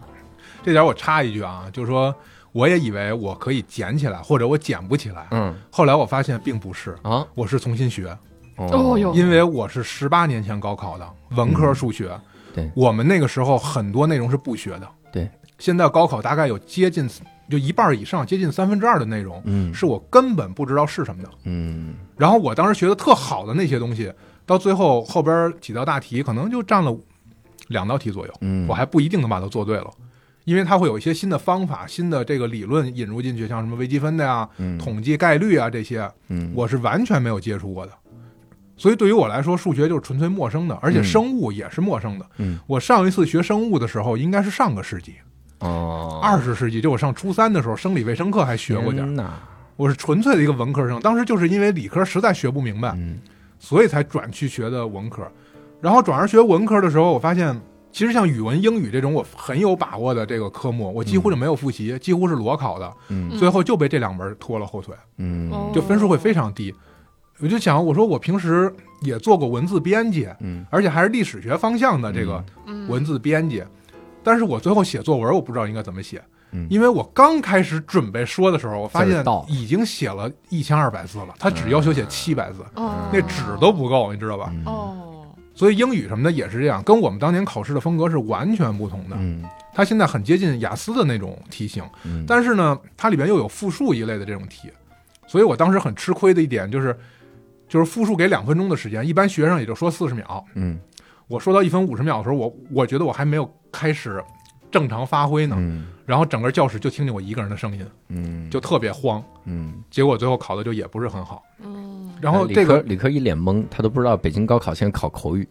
F: 这点我插一句啊，就是说我也以为我可以捡起来，或者我捡不起来。
A: 嗯
F: 后来我发现并不是，
A: 啊，
F: 我是重新学，
E: 哦哟
F: 因为我是十八年前高考的文科数学。
A: 对
F: 我们那个时候很多内容是不学的。
A: 对，
F: 现在高考大概有接近就一半以上，接近三分之二的内容
G: 嗯
F: 是我根本不知道是什么的。
G: 嗯
F: 然后我当时学的特好的那些东西，到最后后边几道大题可能就占了两道题左右，
G: 嗯，
F: 我还不一定能把它做对了，因为它会有一些新的方法、新的这个理论引入进去，像什么微积分的呀、
A: 嗯
F: 统计概率啊这些，
G: 嗯
F: 我是完全没有接触过的。所以对于我来说，数学就是纯粹陌生的，而且
G: 嗯
F: 生物也是陌生的。
G: 嗯
F: 我上一次学生物的时候，应该是上个世纪，
A: 哦，
F: 二十世纪，就我上初三的时候，生理卫生课还学过
G: 嗯
F: 点儿。
A: 天哪，
F: 我是纯粹的一个文科生，当时就是因为理科实在学不明白，
G: 嗯
F: 所以才转去学的文科。然后转而学文科的时候，我发现其实像语文、英语这种我很有把握的这个科目，我几乎就没有复习，几乎是裸考的，
G: 嗯
F: 最后就被这两门拖了后腿，
D: 哦
E: 哦
G: 嗯
F: 就分数会非常低。我就想，我说我平时也做过文字编辑，
G: 嗯
F: 而且还是历史学方向的这个
D: 嗯
F: 文字编辑，但是我最后写作文，我不知道应该怎么写
G: 嗯。
F: 因为我刚开始准备说的时候，我发
A: 字儿
F: 现
A: 到
F: 已经写了一千二百字了，他只要求写七百字，
E: 哦，
A: 嗯
F: 那纸都不够，你知道吧？
E: 哦，
F: 所以英语什么的也是这样，跟我们当年考试的风格是完全不同的。
A: 嗯
F: 它现在很接近雅思的那种题型，
A: 嗯，
F: 但是呢，它里边又有复述一类的这种题，所以我当时很吃亏的一点就是，就是复述给两分钟的时间，一般学生也就说四十秒，
A: 嗯
F: 我说到一分五十秒的时候，我我觉得我还没有开始正常发挥呢，
A: 嗯
F: 然后整个教室就听见我一个人的声音，
A: 嗯，
F: 就特别慌，
A: 嗯，哎
F: 结果最后考的就也不是很好。
E: 嗯，
F: 然后
A: 理
F: 这
A: 科
F: 个
A: 理科一脸懵，他都不知道北京高考现在考口语，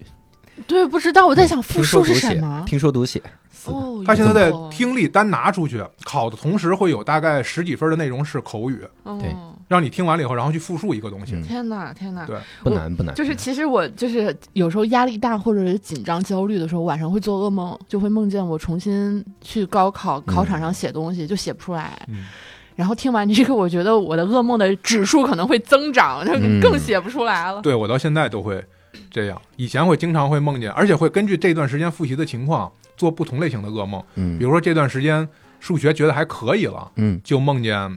E: 对，不知道我在想复
A: 听说
E: 述
A: 读
E: 是什
A: 写
E: 么，。
A: 听说读写，
E: 哦，
F: 他现在在
E: 有
F: 听力单拿出去考的同时，会有大概十几分的内容是口语，
A: 对
E: 哦，
F: 让你听完了以后，然后去复述一个东西。
A: 嗯
E: 天哪，天哪！
F: 对
A: 不难 不难，
E: 就是其实我就是有时候压力大或者是紧张焦虑的时候，晚上会做噩梦，就会梦见我重新去高考考场
A: 嗯
E: 上写东西，就写不出来。
F: 嗯
E: 然后听完这个，我觉得我的噩梦的指数可能会增长，就
A: 嗯
E: 更写不 出来了。
F: 对我到现在都会这样，以前会经常会梦见，而且会根据这段时间复习的情况做不同类型的噩梦。
A: 嗯
F: 比如说这段时间数学觉得还可以了，
A: 嗯
F: 就梦见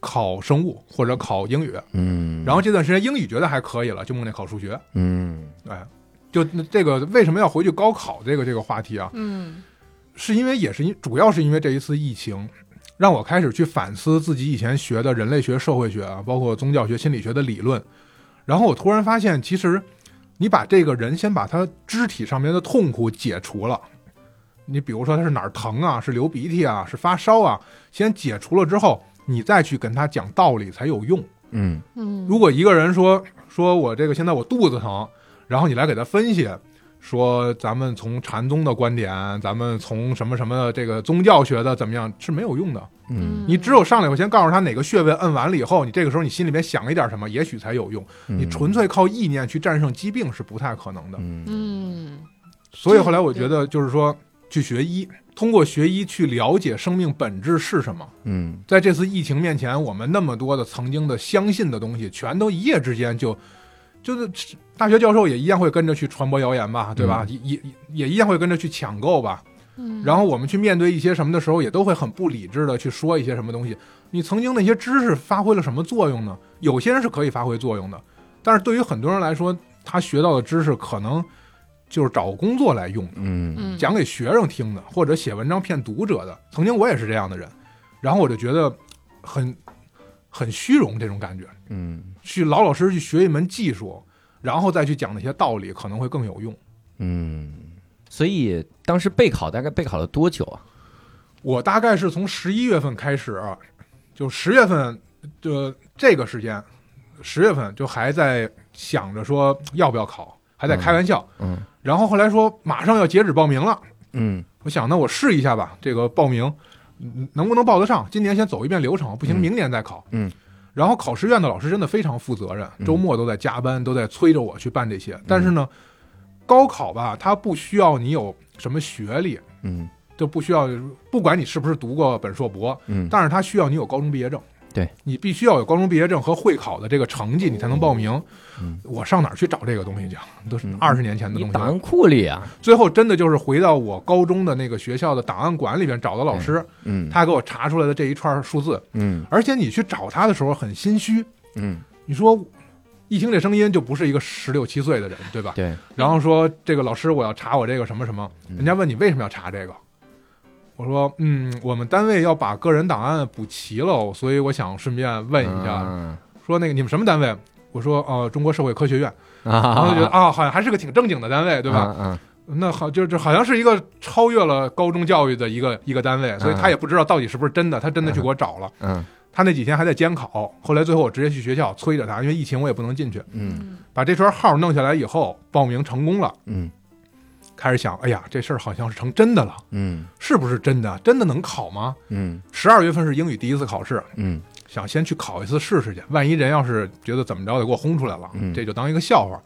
F: 考生物或者考英语，
A: 嗯，
F: 然后这段时间英语觉得还可以了，就梦见考数学。
A: 嗯
F: 哎，就那这个为什么要回去高考这个这个话题啊？
E: 嗯
F: 是因为也是因主要是因为这一次疫情，让我开始去反思自己以前学的人类学、社会学啊，包括宗教学、心理学的理论。然后我突然发现，其实你把这个人先把他肢体上面的痛苦解除了，你比如说他是哪儿疼啊，是流鼻涕啊，是发烧啊，先解除了之后，你再去跟他讲道理才有用。
A: 嗯
E: 嗯，
F: 如果一个人说说我这个现在我肚子疼，然后你来给他分析，说咱们从禅宗的观点，咱们从什么什么这个宗教学的怎么样是没有用的。
A: 嗯，
F: 你只有上来我先告诉他哪个穴位摁完了以后，你这个时候你心里面想一点什么，也许才有用。你纯粹靠意念去战胜疾病是不太可能的。
A: 嗯
E: 嗯
F: 所以后来我觉得就是说去学医，通过学医去了解生命本质是什么。
A: 嗯
F: 在这次疫情面前，我们那么多的曾经的相信的东西，全都一夜之间就，就是大学教授也一样会跟着去传播谣言吧，对吧？也也也一样会跟着去抢购吧。
E: 嗯，
F: 然后我们去面对一些什么的时候，也都会很不理智的去说一些什么东西。你曾经那些知识发挥了什么作用呢？有些人是可以发挥作用的，但是对于很多人来说，他学到的知识可能就是找工作来用的。
A: 嗯
E: 嗯
F: 讲给学生听的，或者写文章骗读者的。曾经我也是这样的人，然后我就觉得很很虚荣这种感觉，
A: 嗯
F: 去老老实实去学一门技术，然后再去讲那些道理，可能会更有用。
A: 嗯，所以当时备考大概备考了多久啊？
F: 我大概是从十一月份开始，就十月份，就这个时间，十月份就还在想着说要不要考，还在开玩笑。
A: 嗯
F: 然后后来说马上要截止报名了，
A: 嗯
F: 我想，那我试一下吧，这个报名嗯能不能报得上？今年先走一遍流程，不行
A: 嗯
F: 明年再考。
A: 嗯
F: 然后考试院的老师真的非常负责任，
A: 嗯
F: 周末都在加班，都在催着我去办这些。但是呢，高考吧，它不需要你有什么学历，
A: 嗯
F: 就不需要，不管你是不是读过本硕博，
A: 嗯，
F: 但是它需要你有高中毕业证。
A: 对
F: 你必须要有高中毕业证和会考的这个成绩，你才能报名。
A: 嗯
F: 我上哪儿去找这个东西去啊？都是
A: 嗯
F: 二十年前的东
A: 你
F: 西了。
A: 档案库里啊，
F: 最后真的就是回到我高中的那个学校的档案馆里边找到老师，
A: 嗯
F: 他给我查出来的这一串数字。
A: 嗯
F: 而且你去找他的时候很心虚，
A: 嗯，
F: 你说一听这声音就不是一个十六七岁的人，对吧？
A: 对，
F: 然后说这个老师我要查我这个什么什么，
A: 嗯
F: 人家问你为什么要查这个，我说嗯，我们单位要把个人档案补齐了，所以我想顺便问一下，
A: 啊
F: 说那个你们什么单位？我说呃中国社会科学院，然后就觉得
A: 啊，
F: 啊好像还是个挺正经的单位，对吧？
A: 啊
F: 那好，就就好像是一个超越了高中教育的一个一个单位，所以他也不知道到底是不是真的。他真的去给我找了，
A: 嗯
F: 他那几天还在监考，后来最后我直接去学校催着他，因为疫情我也不能进去，
A: 嗯
F: 把这圈号弄下来以后，报名成功了，
A: 嗯
F: 开始想，哎呀，这事儿好像是成真的了，
A: 嗯
F: 是不是真的？真的能考吗？
A: 嗯
F: 十二月份是英语第一次考试，
A: 嗯
F: 想先去考一次试试去，万一人要是觉得怎么着得给我轰出来了，
A: 嗯
F: 这就当一个笑话。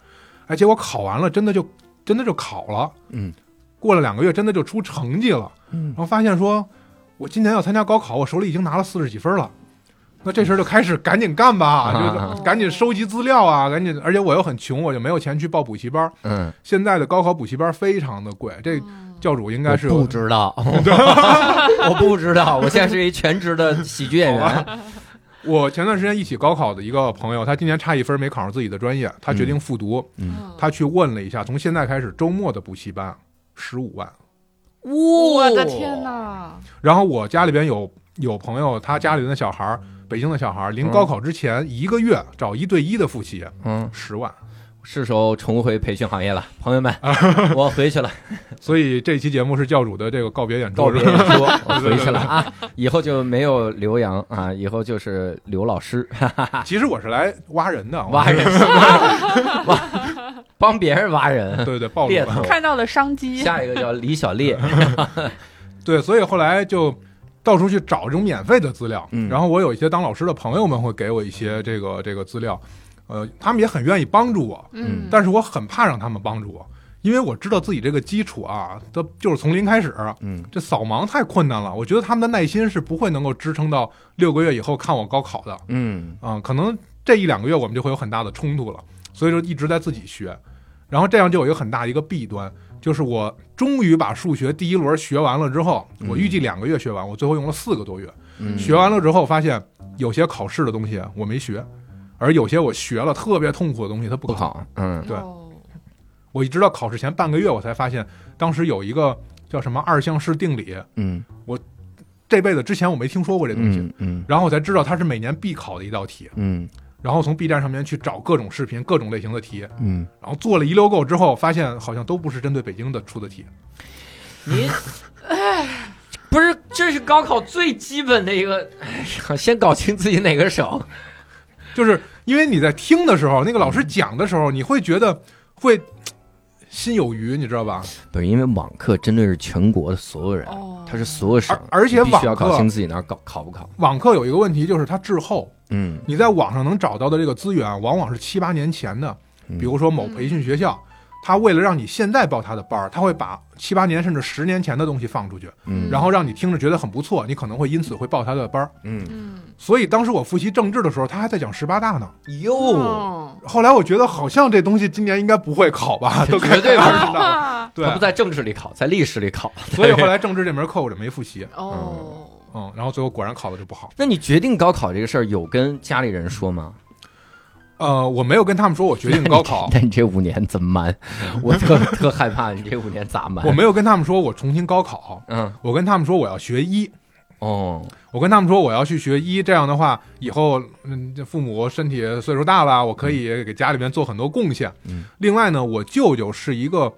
F: 哎，结果考完了，真的就真的就考了，
A: 嗯，
F: 过了两个月，真的就出成绩了。然
A: 嗯，
F: 后发现说，我今年要参加高考，我手里已经拿了四十几分了，那这事儿就开始赶紧干吧，
A: 啊
F: 就是赶紧收集资料啊，赶紧，而且我又很穷，我就没有钱去报补习班。
A: 嗯，
F: 现在的高考补习班非常的贵，这
E: 嗯
F: 教主应该是
A: 我
F: 有
A: 不 知道，我不知道，我现在是一全职的喜剧演员。
F: 我前段时间一起高考的一个朋友，他今年差一分没考上自己的专业，他决定复读，
A: 嗯
F: 他去问了一下，从现在开始周末的补习班十五万。
E: 哦
A: 哦
E: 我的天哪！
F: 然后我家里边有有朋友，他家里边的小孩儿，北京的小孩儿，临
A: 嗯
F: 高考之前一个月找一对一的复习，
A: 嗯，
F: 十万。
A: 是时候重回培训行业了，朋友 们，我回去了，
F: 所以这期节目是教主的这个告别演
A: 告
F: 出，
A: 别
F: 是吧
A: 演出，我回去了啊，以后就没有刘洋啊，以后就是刘老师，
F: 其实我是来挖人的，我
A: 挖人，挖帮别人挖人。
F: 对对，暴露
A: 猎
F: 了
A: 头。
D: 看到了商机，
A: 下一个叫李小烈，
F: 对，所以后来就到处去找这种免费的资料。
A: 嗯
F: 然后我有一些当老师的朋友们会给我一些这个这个资料，呃，他们也很愿意帮助我，
A: 嗯
F: 但是我很怕让他们帮助我，因为我知道自己这个基础啊，它就是从零开始。
A: 嗯，
F: 这扫盲太困难了，我觉得他们的耐心是不会能够支撑到六个月以后看我高考的。
A: 嗯
F: 啊、可能这一两个月我们就会有很大的冲突了，所以说一直在自己学，然后这样就有一个很大一个弊端，就是我终于把数学第一轮学完了之后，
A: 嗯
F: 我预计两个月学完，我最后用了四个多月，
A: 嗯，
F: 学完了之后发现有些考试的东西我没学，而有些我学了特别痛苦的东西它不
A: 不
F: 考。
A: 考，嗯
F: 对
E: 哦
F: 我一直到考试前半个月我才发现，当时有一个叫什么二项式定理，
A: 嗯
F: 这辈子之前我没听说过这东西，
A: 嗯嗯
F: 然后我才知道它是每年必考的一道题，
A: 嗯
F: 然后从 B 站上面去找各种视频、各种类型的题。
A: 嗯，
F: 然后做了一溜够之后，发现好像都不是针对北京的出的题。
A: 你，哎，不是，这是高考最基本的一个，
F: 嗯
A: 先搞清自己哪个省，
F: 就是因为你在听的时候，那个老师讲的时候，你会觉得会嘖心有余，你知道吧？
A: 不是因为网课针对是全国的所有
F: 嗯
A: 人，
E: 哦
A: 它是所有省，
F: 而而且
A: 你必须要
F: 网课
A: 搞清自己哪儿搞考不考。
F: 网课有一个问题就是它滞后，
A: 嗯
F: 你在网上能找到的这个资源，往往是七八年前的，
A: 嗯
F: 比如说某培训学校。他为了让你现在报他的班儿，他会把七八年甚至十年前的东西放出去，
A: 嗯
F: 然后让你听着觉得很不错，你可能会因此会报他的班儿。
A: 嗯
E: 嗯，
F: 所以当时我复习政治的时候，他还在讲十八大呢。
A: 哟，
E: 嗯
F: 后来我觉得好像这东西今年应该不会考吧， 都
A: 绝对不
F: 不
A: 是
F: 知道。对
A: 他，不在政治里考，在历史里考。
F: 所以后来政治这门课我就没复习，
E: 哦，
F: 嗯，然后最后果然考的就不好。
A: 那你决定高考这个事儿，有跟家里人说吗？，
F: 呃，我没有跟他们说我决定高考
A: 哦那你这五年怎么瞒？我 特特害怕你这五年咋瞒？
F: 我没有跟他们说我重新高考，
A: 嗯
F: 我跟他们说我要学医，
A: 哦
F: 我跟他们说我要去学医，这样的话以后嗯，这父母身体岁数大了，我可以给家里面做很多贡献。
A: 嗯
F: 另外呢，我舅舅是一个。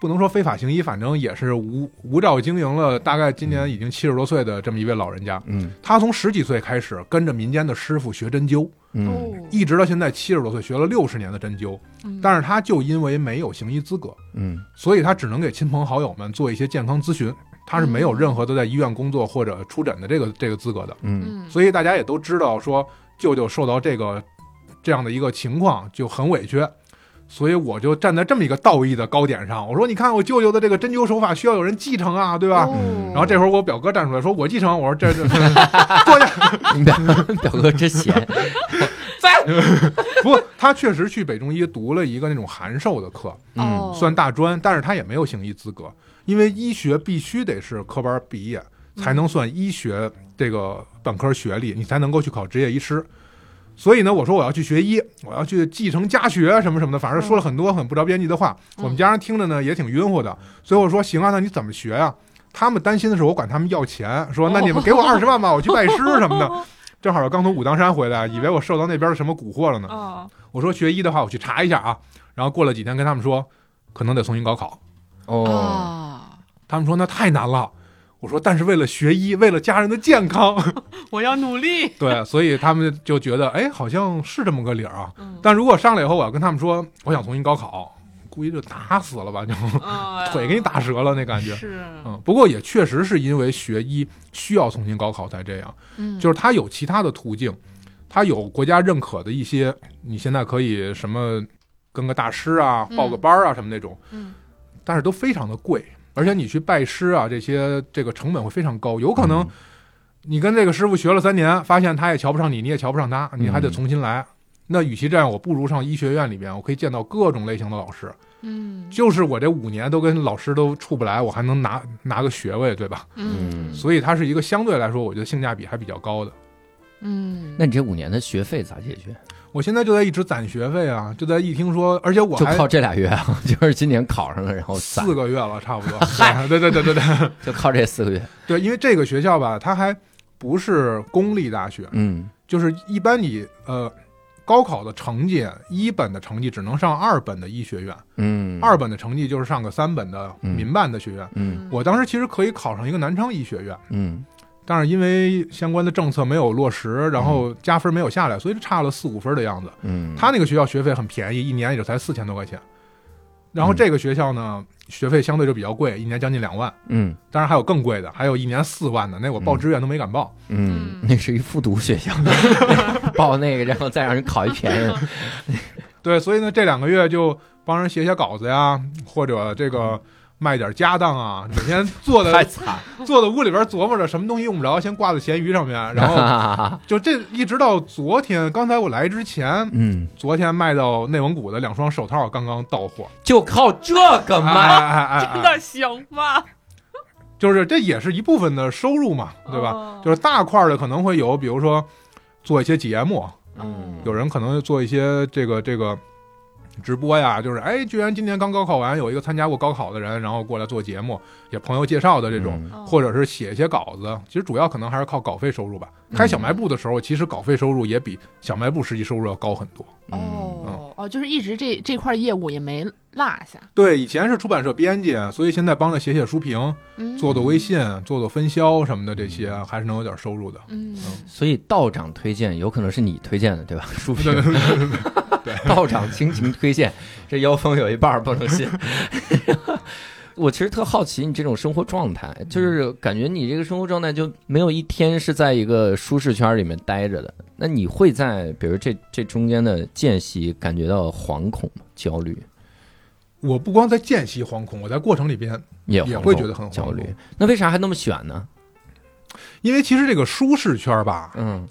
F: 不能说非法行医，反正也是无无照经营了，大概今年已经七十多岁的这么一位老人家。
A: 嗯
F: 他从十几岁开始跟着民间的师傅学针灸，
E: 哦
A: 嗯
F: 一直到现在七十多岁，学了六十年的针灸。
E: 嗯
F: 但是他就因为没有行医资格，
A: 嗯
F: 所以他只能给亲朋好友们做一些健康咨询，他是没有任何的在医院工作或者出诊的这个这个资格的。
A: 嗯
E: 嗯，
F: 所以大家也都知道，说舅舅受到这个这样的一个情况就很委屈。所以我就站在这么一个道义的高点上，我说：“你看我舅舅的这个针灸手法需要有人继承啊，对吧？”
E: 哦
F: 然后这会儿我表哥站出来说：“我继承。”我说：“这这 坐下，
A: 你嗯表 表哥真闲，
F: 不，他确实去北中医读了一个那种函授的课，
A: 嗯
E: 哦
F: 算大专，但是他也没有行医资格，因为医学必须得是科班毕业才能算医学这个本科学历，你才能够去考职业医师。所以呢，我说我要去学医，我要去继承家学什么什么的，反正说了很多很不着边际的话。我们家人听着呢也挺晕乎的，所以我说行啊，那你怎么学呀、他们担心的是我管他们要钱，说那你们给我二十万吧，我去拜师什么的。正好刚从武当山回来，以为我受到那边的什么蛊惑了呢。
D: 哦，
F: 我说学医的话，我去查一下啊。然后过了几天跟他们说，可能得重新高考。
A: 哦，
E: 啊，
F: 他们说那太难了。我说但是为了学医，为了家人的健康，
D: 我要努力，
F: 对，所以他们就觉得哎，好像是这么个理儿啊。
E: 嗯
F: 但如果上来以后，我要跟他们说我想重新高考，估计就打死了吧，就
E: 嗯
D: 啊
F: 腿给你打折了那感觉。
D: 是，
F: 嗯，不过也确实是因为学医需要重新高考才这样，
E: 嗯，
F: 就是他有其他的途径，他有国家认可的一些，你现在可以什么跟个大师啊，
E: 嗯
F: 报个班儿啊什么那种，
E: 嗯，
F: 但是都非常的贵，而且你去拜师啊这些这个成本会非常高，有可
A: 嗯
F: 能你跟这个师傅学了三年，发现他也瞧不上你，你也瞧不上他，你
A: 嗯
F: 还得重新来。那与其这样，我不如上医学院里边，我可以见到各种类型的老师。
E: 嗯
F: 就是我这五年都跟老师都处不来，我还能拿拿个学位，对吧？
E: 嗯
F: 所以它是一个相对来说，我觉得性价比还比较高的。
E: 嗯，
A: 那你这五年的学费咋解决？
F: 我现在就在一直攒学费啊，就在一听说，而且我
A: 就
F: 还
A: 靠这俩月啊， 就是今年考上了，然后攒
F: 四，个月了，差不 多。对对对对对对
A: 就靠这四个月。
F: 对，因为这个学校吧，它还不是公立大学，
A: 嗯，
F: 就是一般你呃高考的成绩，一本的成绩只能上二本的医学院，
A: 嗯，
F: 二，本的成绩就是上个三本的民办的学院。
A: 嗯
F: 我当时其实可以考上一个南昌医学院，
A: 嗯
F: 但是因为相关的政策没有落实，然后加分没有下来，所以就差了四五分的样子。
A: 嗯，
F: 他那个学校学费很便宜，一年也就才四千多块钱。
A: 嗯
F: 然后这个学校呢，学费相对就比较贵，一年将近两万。
A: 嗯
F: 当然还有更贵的，还有一年四万的，那我报志愿都没敢报。
A: 嗯，那是一复读学 校，报那个，然后再让人考一便宜的。
F: 嗯对，所以呢，这两个月就帮人写写稿子呀，或者这个
D: 嗯
F: 卖点家当啊，每天坐
A: 太
F: 在
A: 惨，
F: 坐在屋里边琢磨着什么东西用不着，先挂在闲鱼上面，然后 就这一直到昨天，刚才我来之前，
A: 嗯，
F: 昨天卖到内蒙古的两双手套刚刚到货，
A: 就靠这个
F: 哎
A: 卖，
F: 哎哎哎
D: 真的行吗？
F: 就是这也是一部分的收入嘛，对吧？
D: 哦
F: 就是大块儿的可能会有，比如说做一些节目，
A: 嗯
F: 有人可能做一些这个这个直播呀，就是哎，居然今年刚高考完，有一个参加过高考的人，然后过来做节目，也朋友介绍的这种，
A: 嗯
D: 哦
F: 或者是写一些稿子，其实主要可能还是靠稿费收入吧。
A: 嗯
F: 开小卖部的时候，其实稿费收入也比小卖部实际收入要高很多。
A: 嗯
F: 嗯
E: 哦哦，就是一直这这块业务也没落下，
F: 对，以前是出版社编辑，啊所以现在帮着写写书评，
E: 嗯
F: 做做微信，做做分销什么的，这些还是能有点收入的。
E: 嗯
A: 所以道长推荐有可能是你推荐的，对吧？书评
F: 对对对对对
A: 道长亲情推荐，这腰封有一半儿不能信。 我其实特好奇你这种生活状态，就是感觉你这个生活状态就没有一天是在一个舒适圈里面待着的。那你会在比如这这中间的间隙感觉到惶恐吗、焦虑？
F: 我不光在间隙惶恐，我在过程里边
A: 也
F: 也
A: 惶
F: 会
A: 恐
F: 觉得很惶
A: 焦虑
F: 恐。
A: 那为啥还那么选呢？
F: 因为其实这个舒适圈吧，
A: 嗯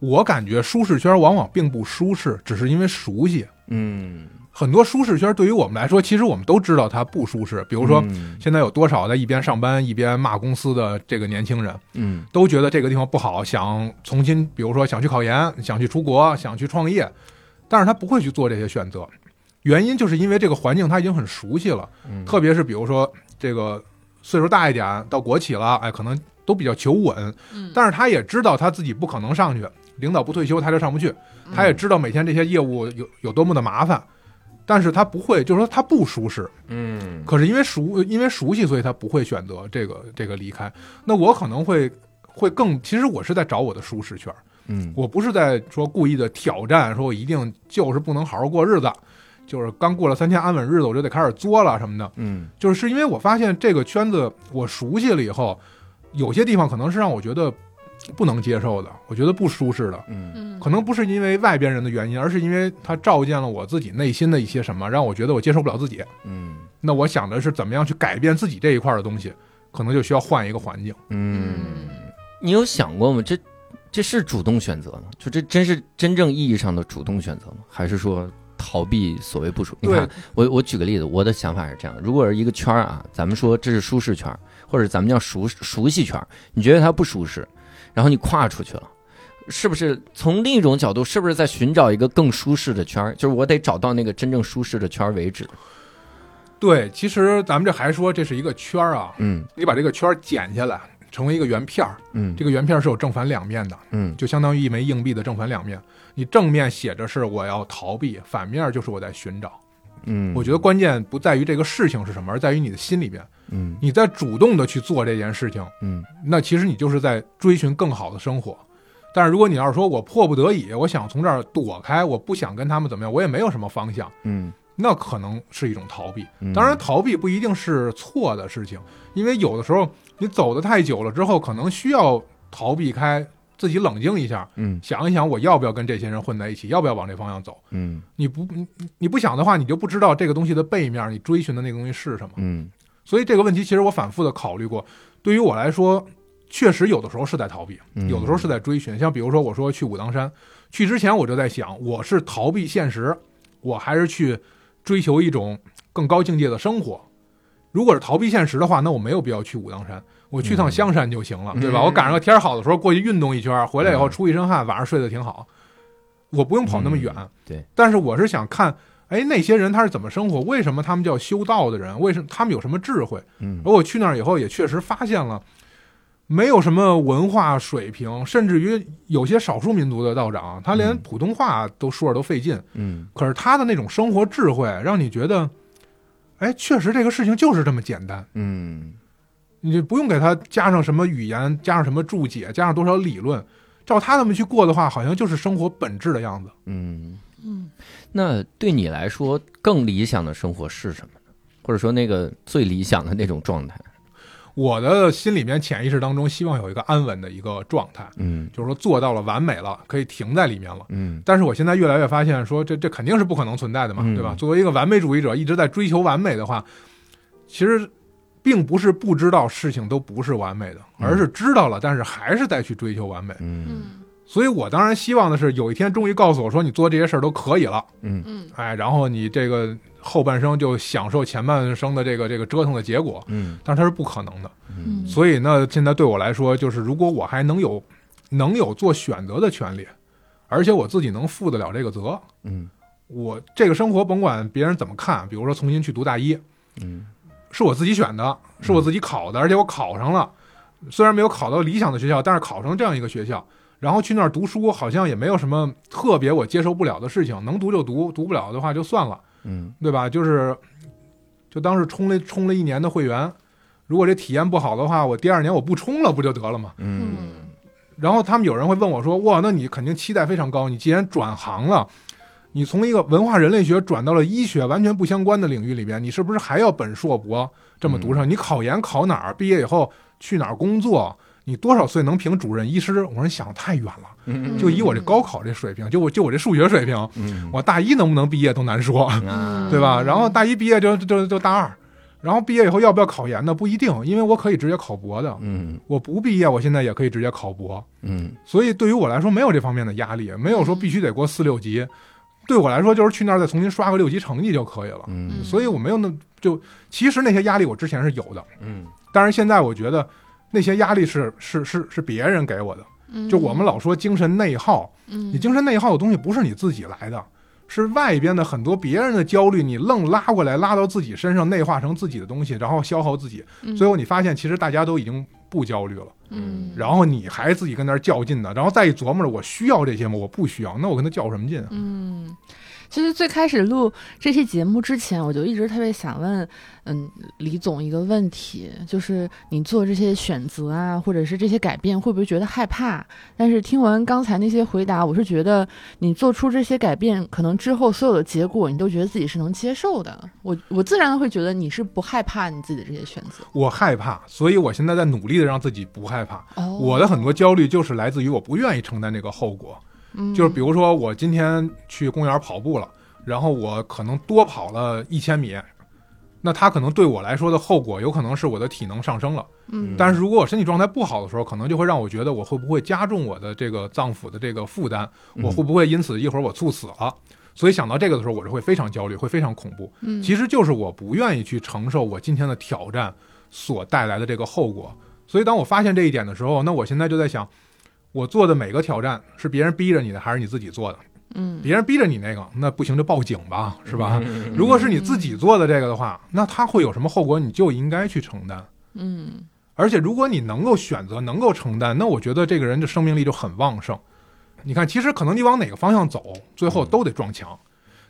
F: 我感觉舒适圈往往并不舒适，只是因为熟悉。
A: 嗯，
F: 很多舒适圈对于我们来说，其实我们都知道它不舒适。比
A: 比
F: 如说，现在有多少在一边上班一边骂公司的这个年轻人，
A: 嗯
F: 都觉得这个地方不好，想重新，比如说想去考研，想去出国，想去创业，但是他不会去做这些选择，原因就是因为这个环境他已经很熟悉了。
A: 嗯
F: 特别是比如说这个岁数大一点，到国企了，哎，可能都比较求稳，
E: 嗯
F: 但是他也知道他自己不可能上去，领导不退休他就上不去，他也知道每天这些业务有有多么的麻烦，但是他不会，就是说他不舒适，
A: 嗯
F: 可是因为熟因为熟悉，所以他不会选择这个这个离开。那我可能会会更，其实我是在找我的舒适圈儿，
A: 嗯
F: 我不是在说故意的挑战，说我一定就是不能好好过日子，就是刚过了三天安稳日子我就得开始作了什么的。
A: 嗯
F: 就是是因为我发现这个圈子我熟悉了以后，有些地方可能是让我觉得不能接受的，我觉得不舒适的，
A: 嗯
E: 嗯，
F: 可能不是因为外边人的原因，而是因为它照见了我自己内心的一些什么，让我觉得我接受不了自己。
A: 嗯
F: 那我想的是怎么样去改变自己这一块的东西，可能就需要换一个环境。
A: 嗯，你有想过吗？这这是主动选择吗？就这真是真正意义上的主动选择吗？还是说逃避所谓不舒？你看，我我举个例子，我的想法是这样：如果是一个圈儿啊，咱们说这是舒适圈儿，或者咱们叫熟熟悉圈儿，你觉得它不舒适，然后你跨出去了。是不是从另一种角度，是不是在寻找一个更舒适的圈儿？就是我得找到那个真正舒适的圈儿为止。
F: 对，其实咱们这还说这是一个圈儿啊，
A: 嗯
F: 你把这个圈儿剪下来，成为一个圆片儿，
A: 嗯
F: 这个圆片儿是有正反两面的，
A: 嗯
F: 就相当于一枚硬币的正反两面。你正面写着是我要逃避，反面就是我在寻找。
A: 嗯，
F: 我觉得关键不在于这个事情是什么，而在于你的心里边，
A: 嗯
F: 你在主动的去做这件事情，
A: 嗯
F: 那其实你就是在追寻更好的生活。但是如果你要是说我迫不得已，我想从这儿躲开，我不想跟他们怎么样，我也没有什么方向，
A: 嗯
F: 那可能是一种逃避。
A: 嗯，
F: 当然，逃避不一定是错的事情，因为有的时候你走得太久了之后，可能需要逃避开，自己冷静一下，
A: 嗯
F: 想一想我要不要跟这些人混在一起，要不要往这方向走。
A: 嗯
F: 你不你你不想的话，你就不知道这个东西的背面，你追寻的那个东西是什么。
A: 嗯
F: 所以这个问题其实我反复的考虑过，对于我来说，确实有的时候是在逃避，
A: 嗯
F: 有的时候是在追寻。像比如说我说去武当山，去之前我就在想，我是逃避现实，我还是去追求一种更高境界的生活。如果是逃避现实的话，那我没有必要去武当山。我去趟香山就行了，
A: 嗯
F: 对吧？我赶上个天儿好的时候过去运动一圈，回来以后出一身汗，晚上睡得挺好。我不用跑那么远，
A: 嗯对。
F: 但是我是想看，哎，那些人他是怎么生活？为什么他们叫修道的人？为什么他们有什么智慧？
A: 嗯
F: 而我去那儿以后，也确实发现了，没有什么文化水平，甚至于有些少数民族的道长，他连
A: 嗯
F: 普通话都说着都费劲。
A: 嗯
F: 可是他的那种生活智慧，让你觉得，哎，确实这个事情就是这么简单，
A: 嗯
F: 你就不用给他加上什么语言，加上什么注解，加上多少理论，照他那么去过的话，好像就是生活本质的样子。
A: 嗯。
E: 嗯，
A: 那对你来说，更理想的生活是什么呢？或者说，那个最理想的那种状态？
F: 我的心里面潜意识当中，希望有一个安稳的一个状态，
A: 嗯
F: 就是说做到了完美了，可以停在里面了。
A: 嗯
F: 但是我现在越来越发现说这这肯定是不可能存在的嘛，
A: 嗯
F: 对吧？作为一个完美主义者，一直在追求完美的话，其实并不是不知道事情都不是完美的，
A: 嗯
F: 而是知道了，但是还是在去追求完美。
A: 嗯
E: 嗯
F: 所以我当然希望的是，有一天终于告诉我说你做这些事儿都可以了，
A: 嗯
E: 嗯
F: 哎，然后你这个后半生就享受前半生的这个这个折腾的结果，
A: 嗯
F: 但是它是不可能的。
A: 嗯
F: 所以呢，现在对我来说，就是如果我还能有能有做选择的权利，而且我自己能负得了这个责，
A: 嗯
F: 我这个生活甭管别人怎么看，比如说重新去读大一，
A: 嗯
F: 是我自己选的，是我自己考的，而且我考上了，虽然没有考到理想的学校，但是考上这样一个学校，然后去那儿读书，好像也没有什么特别我接受不了的事情，能读就读，读不了的话就算了，
A: 嗯
F: 对吧？就是就当是充了充了一年的会员，如果这体验不好的话，我第二年我不充了不就得了吗？
A: 嗯
F: 然后他们有人会问我说：“哇，那你肯定期待非常高，你既然转行了，你从一个文化人类学转到了医学完全不相关的领域里边，你是不是还要本硕博这么读上？你考研考哪儿？毕业以后去哪儿工作？你多少岁能评主任医师？”我说：“你想太远了，
A: 嗯
F: 就以我这高考这水平，就我就我这数学水平，
A: 嗯
F: 我大一能不能毕业都难说，
A: 啊
E: 嗯
F: 对吧？然后大一毕业就就就大二，然后毕业以后要不要考研呢？不一定，因为我可以直接考博的，
A: 嗯
F: 我不毕业，我现在也可以直接考博。”
A: 嗯
F: 所以对于我来说没有这方面的压力，没有说必须得过四六级。对我来说就是去那儿再重新刷个六级成绩就可以了。
A: 嗯
F: 所以我没有那就其实那些压力我之前是有的，
A: 嗯
F: 但是现在我觉得那些压力是是是是别人给我的。就我们老说精神内耗，
E: 嗯
F: 你精神内耗的东西不是你自己来的。是外边的很多别人的焦虑，你愣拉过来，拉到自己身上，内化成自己的东西，然后消耗自己。最后你发现，其实大家都已经不焦虑了。
E: 嗯，
F: 然后你还自己跟那儿较劲呢，然后再一琢磨着我需要这些吗？我不需要，那我跟他较什么劲啊？
E: 嗯，其实最开始录这期节目之前，我就一直特别想问，嗯，李总一个问题，就是你做这些选择啊，或者是这些改变，会不会觉得害怕？但是听完刚才那些回答，我是觉得你做出这些改变，可能之后所有的结果，你都觉得自己是能接受的。我我自然会觉得你是不害怕你自己的这些选择。
F: 我害怕，所以我现在在努力的让自己不害怕。
E: 哦，
F: 我的很多焦虑就是来自于我不愿意承担这个后果，
E: 嗯
F: 就是比如说我今天去公园跑步了，然后我可能多跑了一千米，那它可能对我来说的后果有可能是我的体能上升了，
E: 嗯
F: 但是如果我身体状态不好的时候，可能就会让我觉得我会不会加重我的这个脏腑的这个负担，
A: 嗯
F: 我会不会因此一会儿我猝死了？所以想到这个的时候，我是会非常焦虑，会非常恐怖。
E: 嗯
F: 其实就是我不愿意去承受我今天的挑战所带来的这个后果。所以当我发现这一点的时候，那我现在就在想，我做的每个挑战是别人逼着你的，还是你自己做的？
E: 嗯
F: 别人逼着你那个，那不行就报警吧，是吧？如果是你自己做的这个的话，那它会有什么后果，你就应该去承担。
E: 嗯
F: 而且如果你能够选择，能够承担，那我觉得这个人的生命力就很旺盛。你看，其实可能你往哪个方向走，最后都得撞墙。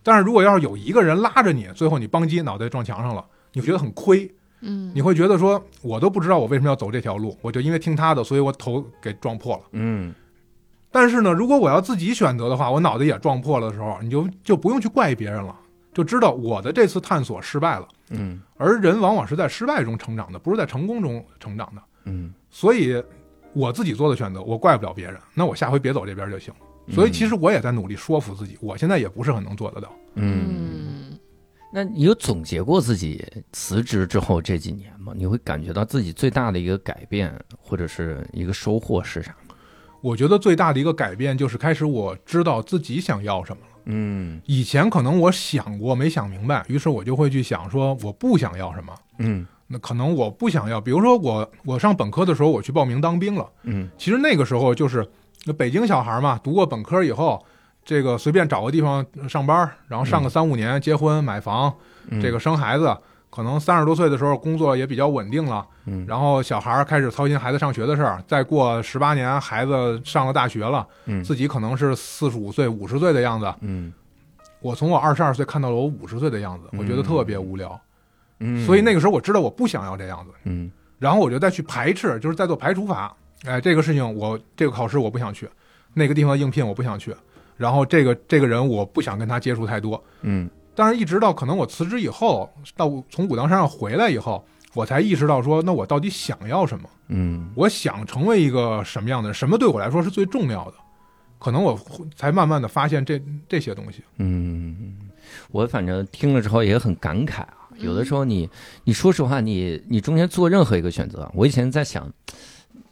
F: 但是如果要是有一个人拉着你，最后你邦叽脑袋撞墙上了，你会觉得很亏，
E: 嗯
F: 你会觉得说，我都不知道我为什么要走这条路，我就因为听他的，所以我头给撞破了。
A: 嗯
F: 但是呢，如果我要自己选择的话，我脑袋也撞破了的时候，你就就不用去怪别人了，就知道我的这次探索失败了。
A: 嗯
F: 而人往往是在失败中成长的，不是在成功中成长的。
A: 嗯，
F: 所以我自己做的选择，我怪不了别人。那我下回别走这边就行了。所以其实我也在努力说服自己，我现在也不是很能做得到。
A: 嗯，
E: 嗯
A: 那你有总结过自己辞职之后这几年吗？你会感觉到自己最大的一个改变或者是一个收获是啥？
F: 我觉得最大的一个改变就是开始我知道自己想要什么了。
A: 嗯
F: 以前可能我想过没想明白，于是我就会去想说我不想要什么。
A: 嗯
F: 那可能我不想要，比如说我我上本科的时候，我去报名当兵了。
A: 嗯
F: 其实那个时候就是那北京小孩嘛，读过本科以后，这个随便找个地方上班，然后上个三五年，结婚买房，
A: 嗯
F: 这个生孩子，可能三十多岁的时候工作也比较稳定了，
A: 嗯
F: 然后小孩开始操心孩子上学的事儿，再过十八年，孩子上了大学了，
A: 嗯
F: 自己可能是四十五岁、五十岁的样子。
A: 嗯
F: 我从我二十二岁看到了我五十岁的样子，我觉得特别无聊，
A: 嗯，
F: 所以那个时候我知道我不想要这样子，
A: 嗯
F: 然后我就再去排斥，就是在做排除法。哎，这个事情我这个考试我不想去，那个地方应聘我不想去，然后这个这个人我不想跟他接触太多。
A: 嗯
F: 但是，一直到可能我辞职以后，到我从武当山上回来以后，我才意识到说，那我到底想要什么？
A: 嗯
F: 我想成为一个什么样的人？什么对我来说是最重要的？可能我会才慢慢的发现这这些东西。
A: 嗯，我反正听了之后也很感慨啊。有
F: 嗯
A: 的时候你，你说实话，你你中间做任何一个选择，我以前在想，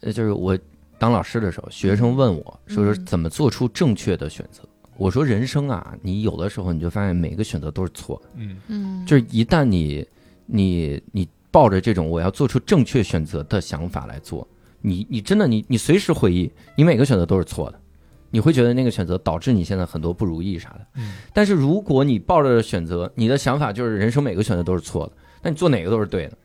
A: 呃，就是我当老师的时候，学生问我说说
E: 嗯
A: 怎么做出正确的选择。我说人生啊，你有的时候你就发现每个选择都是错的。
F: 嗯
E: 嗯，
A: 就是一旦你你你抱着这种我要做出正确选择的想法来做，你你真的你你随时回忆，你每个选择都是错的，你会觉得那个选择导致你现在很多不如意啥的。
F: 嗯
A: 但是如果你抱着选择，你的想法就是人生每个选择都是错的，那你做哪个都是对的，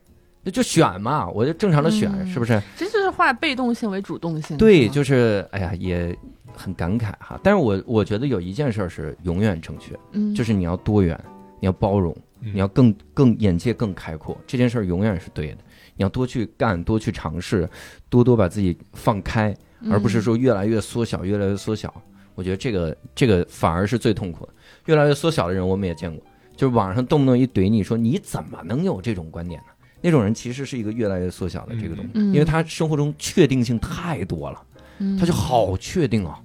A: 那就选嘛，我就正常的选，
E: 嗯
A: 是不是？
E: 这就是化被动性为主动性。
A: 对，
E: 是吗
A: 就是哎呀，也很感慨哈。但是我我觉得有一件事儿是永远正确，
E: 嗯，
A: 就是你要多元，你要包容。
F: 嗯
A: 你要更更眼界更开阔，这件事儿永远是对的。你要多去干，多去尝试，多多把自己放开，
E: 嗯
A: 而不是说越来越缩小，越来越缩小。我觉得这个这个反而是最痛苦的。越来越缩小的人，我们也见过，就是网上动不动一怼你说你怎么能有这种观点呢？那种人其实是一个越来越缩小的这个东西，
E: 嗯嗯
A: 因为他生活中确定性太多了，
E: 嗯
A: 他就好确定啊，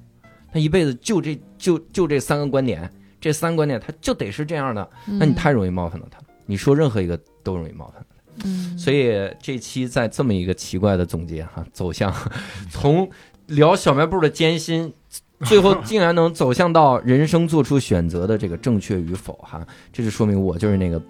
A: 他一辈子就这就就这三个观点，这三个观点他就得是这样的，
E: 嗯
A: 那你太容易冒犯到他了，你说任何一个都容易冒犯。
E: 嗯，
A: 所以这期在这么一个奇怪的总结哈，走向 从聊小卖部的艰辛，最后竟然能走向到人生做出选择的这个正确与否哈，这就说明我就是那个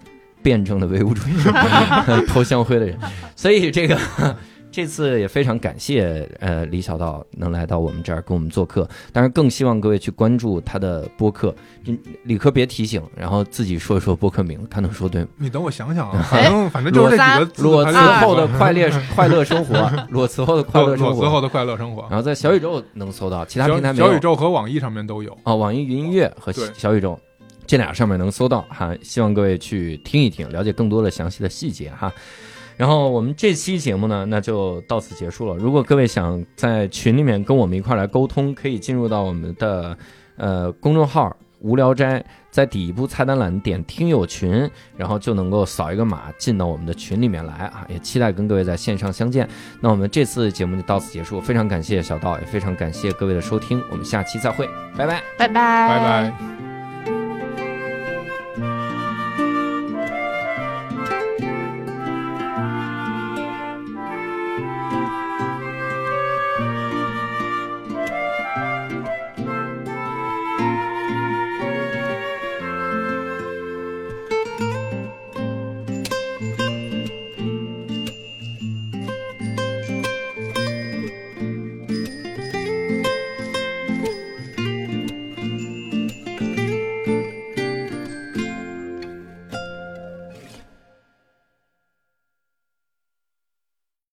A: 辩证的唯物主义者 投香灰的人。所以这个 这次也非常感谢呃李小道能来到我们这儿跟我们做客，当然更希望各位去关注他的播客，嗯理科别提醒，然后自己说一说播客名字，看能说对吗？
F: 你等我想想啊，反正反正就是这
E: 哎
F: 几个字
A: 裸
F: 它
A: 辞
F: 就
A: 后的快乐 快乐生活，裸辞后的快乐
F: 裸
A: 生
F: 裸辞
A: 活，
F: 后的快乐生活，
A: 然后在小宇宙能搜到，其他
F: 小
A: 平台没有。
F: 小宇宙和网易上面都有。
A: 啊，网易云音乐和
F: 对
A: 小宇宙这俩上面能搜到哈，希望各位去听一听，了解更多的详细的细节哈。然后我们这期节目呢，那就到此结束了。如果各位想在群里面跟我们一块儿来沟通，可以进入到我们的呃公众号“无聊斋”，在底部菜单栏点“听友群”，然后就能够扫一个码进到我们的群里面来啊。也期待跟各位在线上相见。那我们这次节目就到此结束，非常感谢小道，也非常感谢各位的收听，我们下期再会，拜拜。
E: 拜拜
F: 拜拜。